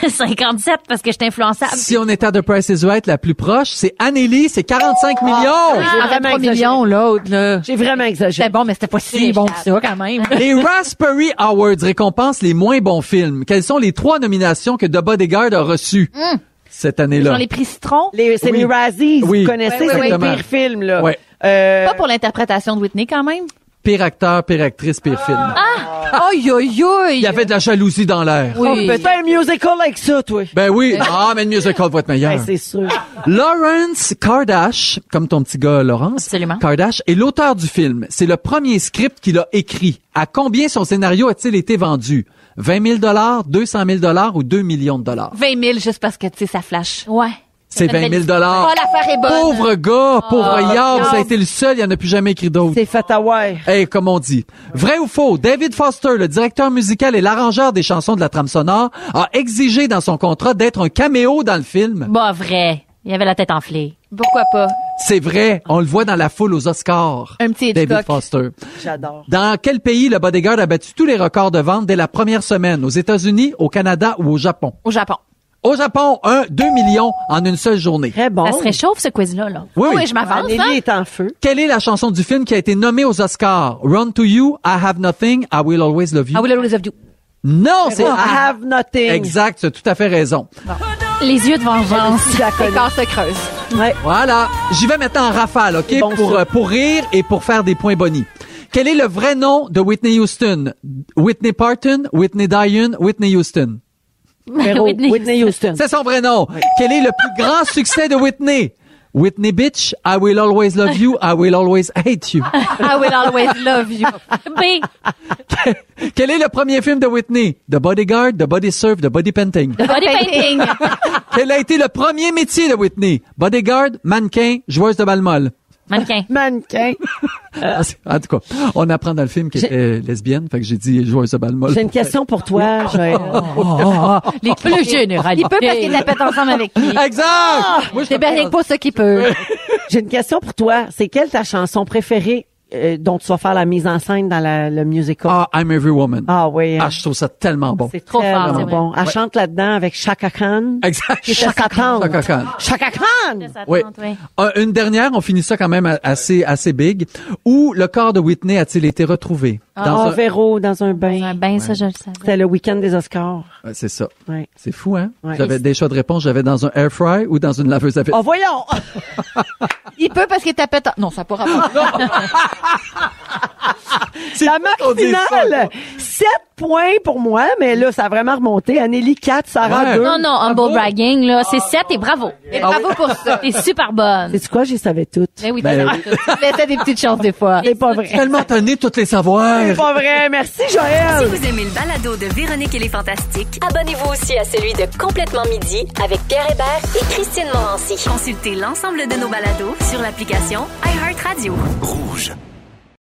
[SPEAKER 16] Euh, 57 parce que je suis influençable.
[SPEAKER 13] Si on était à The Price is Right, la plus proche, c'est Anneli, c'est 45 millions.
[SPEAKER 16] Ah,
[SPEAKER 17] vraiment
[SPEAKER 16] 3
[SPEAKER 17] exagéré.
[SPEAKER 16] millions, l'autre, là.
[SPEAKER 17] J'ai vraiment exagéré.
[SPEAKER 16] C'était bon, mais c'était pas si bon que ça, quand même.
[SPEAKER 13] Les Raspberry Awards récompensent les moins bons films. Quelles sont les trois nominations que The Bodyguard a reçues
[SPEAKER 17] Hmm.
[SPEAKER 16] Hum.
[SPEAKER 13] cette
[SPEAKER 16] Genre
[SPEAKER 13] année-là?
[SPEAKER 16] les prix citron.
[SPEAKER 17] Les- C'est
[SPEAKER 13] Oui.
[SPEAKER 17] les Razzies,
[SPEAKER 13] Oui.
[SPEAKER 17] vous connaissez,
[SPEAKER 13] Oui, oui,
[SPEAKER 17] c'est les
[SPEAKER 13] exactement.
[SPEAKER 17] pires films, là.
[SPEAKER 13] Ouais.
[SPEAKER 17] Euh,
[SPEAKER 16] Pas pour l'interprétation de Whitney, quand même.
[SPEAKER 13] Pire acteur, pire actrice, pire film.
[SPEAKER 16] Ah! Aïe, aïe,
[SPEAKER 13] Il y avait de la jalousie dans l'air.
[SPEAKER 17] on peut faire un musical avec ça, toi.
[SPEAKER 13] Ben Ah, oui. Ah, mais le musical va être meilleur.
[SPEAKER 17] Ben, c'est sûr.
[SPEAKER 13] Lawrence Kardash, comme ton petit gars Lawrence, Kardash est l'auteur du film. C'est le premier script qu'il a écrit. À combien son scénario a-t-il été vendu? 20 000 dollars, 200 000 dollars ou 2 millions de dollars?
[SPEAKER 16] 20 000 juste parce que, tu sais, ça flash. Ouais.
[SPEAKER 13] C'est 20 000 dollars.
[SPEAKER 16] Oh, l'affaire est bonne. Oh,
[SPEAKER 13] Pauvre gars, pauvre
[SPEAKER 17] Ah,
[SPEAKER 13] Yab, ça a
[SPEAKER 17] Yob.
[SPEAKER 13] été le seul, il n'y en a plus jamais écrit d'autres.
[SPEAKER 17] C'est Fataway.
[SPEAKER 13] Eh, comme on dit. Vrai ou faux, David Foster, le directeur musical et l'arrangeur des chansons de la trame sonore, a exigé dans son contrat d'être un caméo dans le film.
[SPEAKER 16] Bah, vrai. Il avait la tête enflée. Pourquoi pas?
[SPEAKER 13] C'est vrai, on le voit dans la foule aux Oscars.
[SPEAKER 16] Un petit
[SPEAKER 13] David
[SPEAKER 16] Hitchcock.
[SPEAKER 13] Foster.
[SPEAKER 17] J'adore.
[SPEAKER 13] Dans quel pays le bodyguard a battu tous les records de vente dès la première semaine? Aux États-Unis, au Canada ou au Japon?
[SPEAKER 16] Au Japon.
[SPEAKER 13] Au Japon, un, 2 millions en une seule journée.
[SPEAKER 17] Très bon. Ben,
[SPEAKER 16] Ça se réchauffe, ce quiz-là, là.
[SPEAKER 13] Oui,
[SPEAKER 16] Ah
[SPEAKER 13] oui.
[SPEAKER 16] je m'avance,
[SPEAKER 17] Anneli
[SPEAKER 16] hein?
[SPEAKER 17] est en feu.
[SPEAKER 13] Quelle est la chanson du film qui a été nommée aux Oscars? Run to You, I Have Nothing, I Will Always Love You.
[SPEAKER 16] I will always love you.
[SPEAKER 13] Non, c'est
[SPEAKER 17] I have nothing.
[SPEAKER 13] Exact, tu as tout à fait raison.
[SPEAKER 16] Les yeux de vengeance.
[SPEAKER 17] Je la connais.
[SPEAKER 8] Les corps se creusent.
[SPEAKER 17] Ouais.
[SPEAKER 13] Voilà. J'y vais maintenant en rafale, OK?
[SPEAKER 17] bon,
[SPEAKER 13] pour,
[SPEAKER 17] ça.
[SPEAKER 13] euh, pour rire et pour faire des points bonnies. Quel est le vrai nom de Whitney Houston? Whitney Parton, Whitney Diane, Whitney Houston.
[SPEAKER 17] Véro,
[SPEAKER 16] Whitney.
[SPEAKER 17] Whitney, Houston.
[SPEAKER 13] C'est son vrai nom. Quel est le plus grand succès de Whitney? Whitney Bitch, I will always love you, I will always hate you.
[SPEAKER 16] I will always love you. B.
[SPEAKER 13] Quel est le premier film de Whitney? The Bodyguard, The Body Surf, The Body Painting.
[SPEAKER 16] The body painting.
[SPEAKER 13] Quel a été le premier métier de Whitney? Bodyguard, mannequin, joueuse de balle molle.
[SPEAKER 16] Mannequin.
[SPEAKER 17] Mannequin.
[SPEAKER 13] Ah, c'est- En tout cas, on apprend dans le film qu'elle était lesbienne, fait que j'ai dit joueuse de balle molle.
[SPEAKER 17] J'ai une question pour toi, Joël.
[SPEAKER 13] Oh, oh, oh.
[SPEAKER 16] Les plus générales.
[SPEAKER 8] Il peut parce qu'il la pète ensemble avec lui.
[SPEAKER 13] Exact! Moi, je
[SPEAKER 8] C'est bien rien que pour ça qu'il peut.
[SPEAKER 17] J'ai une question pour toi. C'est quelle ta chanson préférée euh, dont tu vas faire la mise en scène dans la- le musical?
[SPEAKER 13] Ah, I'm every woman. Ah,
[SPEAKER 17] Ah oui, hein.
[SPEAKER 13] je trouve ça tellement bon.
[SPEAKER 17] c'est
[SPEAKER 16] trop
[SPEAKER 17] trop
[SPEAKER 16] fort, c'est vrai.
[SPEAKER 17] bon. Elle chante là-dedans avec Chaka Khan.
[SPEAKER 13] Exact.
[SPEAKER 17] Qui était sa tante.
[SPEAKER 13] Chaka Khan.
[SPEAKER 17] Chaka Khan!
[SPEAKER 13] Oui. Ah, une dernière, on finit ça quand même a- assez, assez big. Où le corps de Whitney a-t-il été retrouvé? Dans
[SPEAKER 17] En
[SPEAKER 13] un-
[SPEAKER 17] Ah, Véro, dans un bain.
[SPEAKER 16] Un bain, ça, je le savais.
[SPEAKER 17] C'était le week-end des Oscars.
[SPEAKER 13] Ouais, c'est ça.
[SPEAKER 17] Ouais.
[SPEAKER 13] C'est fou, hein?
[SPEAKER 17] Ouais.
[SPEAKER 13] J'avais des choix de réponse. J'avais dans un air fry ou dans une laveuse à vite.
[SPEAKER 17] Oh, voyons!
[SPEAKER 8] Il peut parce qu'il tapait. Non, ça pourra pas.
[SPEAKER 17] La marque
[SPEAKER 13] qu'on dise ça,
[SPEAKER 17] finale! 7 points pour moi, mais là, ça a vraiment remonté. Anneli 4,
[SPEAKER 13] Ouais.
[SPEAKER 17] Sarah 2.
[SPEAKER 16] Non, non, humble bragging, là. C'est 7 et bravo.
[SPEAKER 8] Et bravo pour ça.
[SPEAKER 16] T'es super bonne.
[SPEAKER 17] C'est quoi, j'y savais toutes.
[SPEAKER 16] Ben oui,
[SPEAKER 13] Ben
[SPEAKER 16] t'as
[SPEAKER 13] oui.
[SPEAKER 16] tout.
[SPEAKER 8] Il laissait des petites chances des fois.
[SPEAKER 17] C'est pas vrai.
[SPEAKER 13] Tellement tanné de tous les savoirs.
[SPEAKER 17] C'est pas vrai. Merci,
[SPEAKER 1] Si
[SPEAKER 17] Joël.
[SPEAKER 1] vous aimez le balado de Véronique et les Fantastiques,
[SPEAKER 2] Abonnez-vous aussi à celui de Complètement Midi avec Pierre Hébert et Christine Morancy.
[SPEAKER 1] consultez l'ensemble de nos balados sur l'application iHeartRadio.
[SPEAKER 10] Rouge.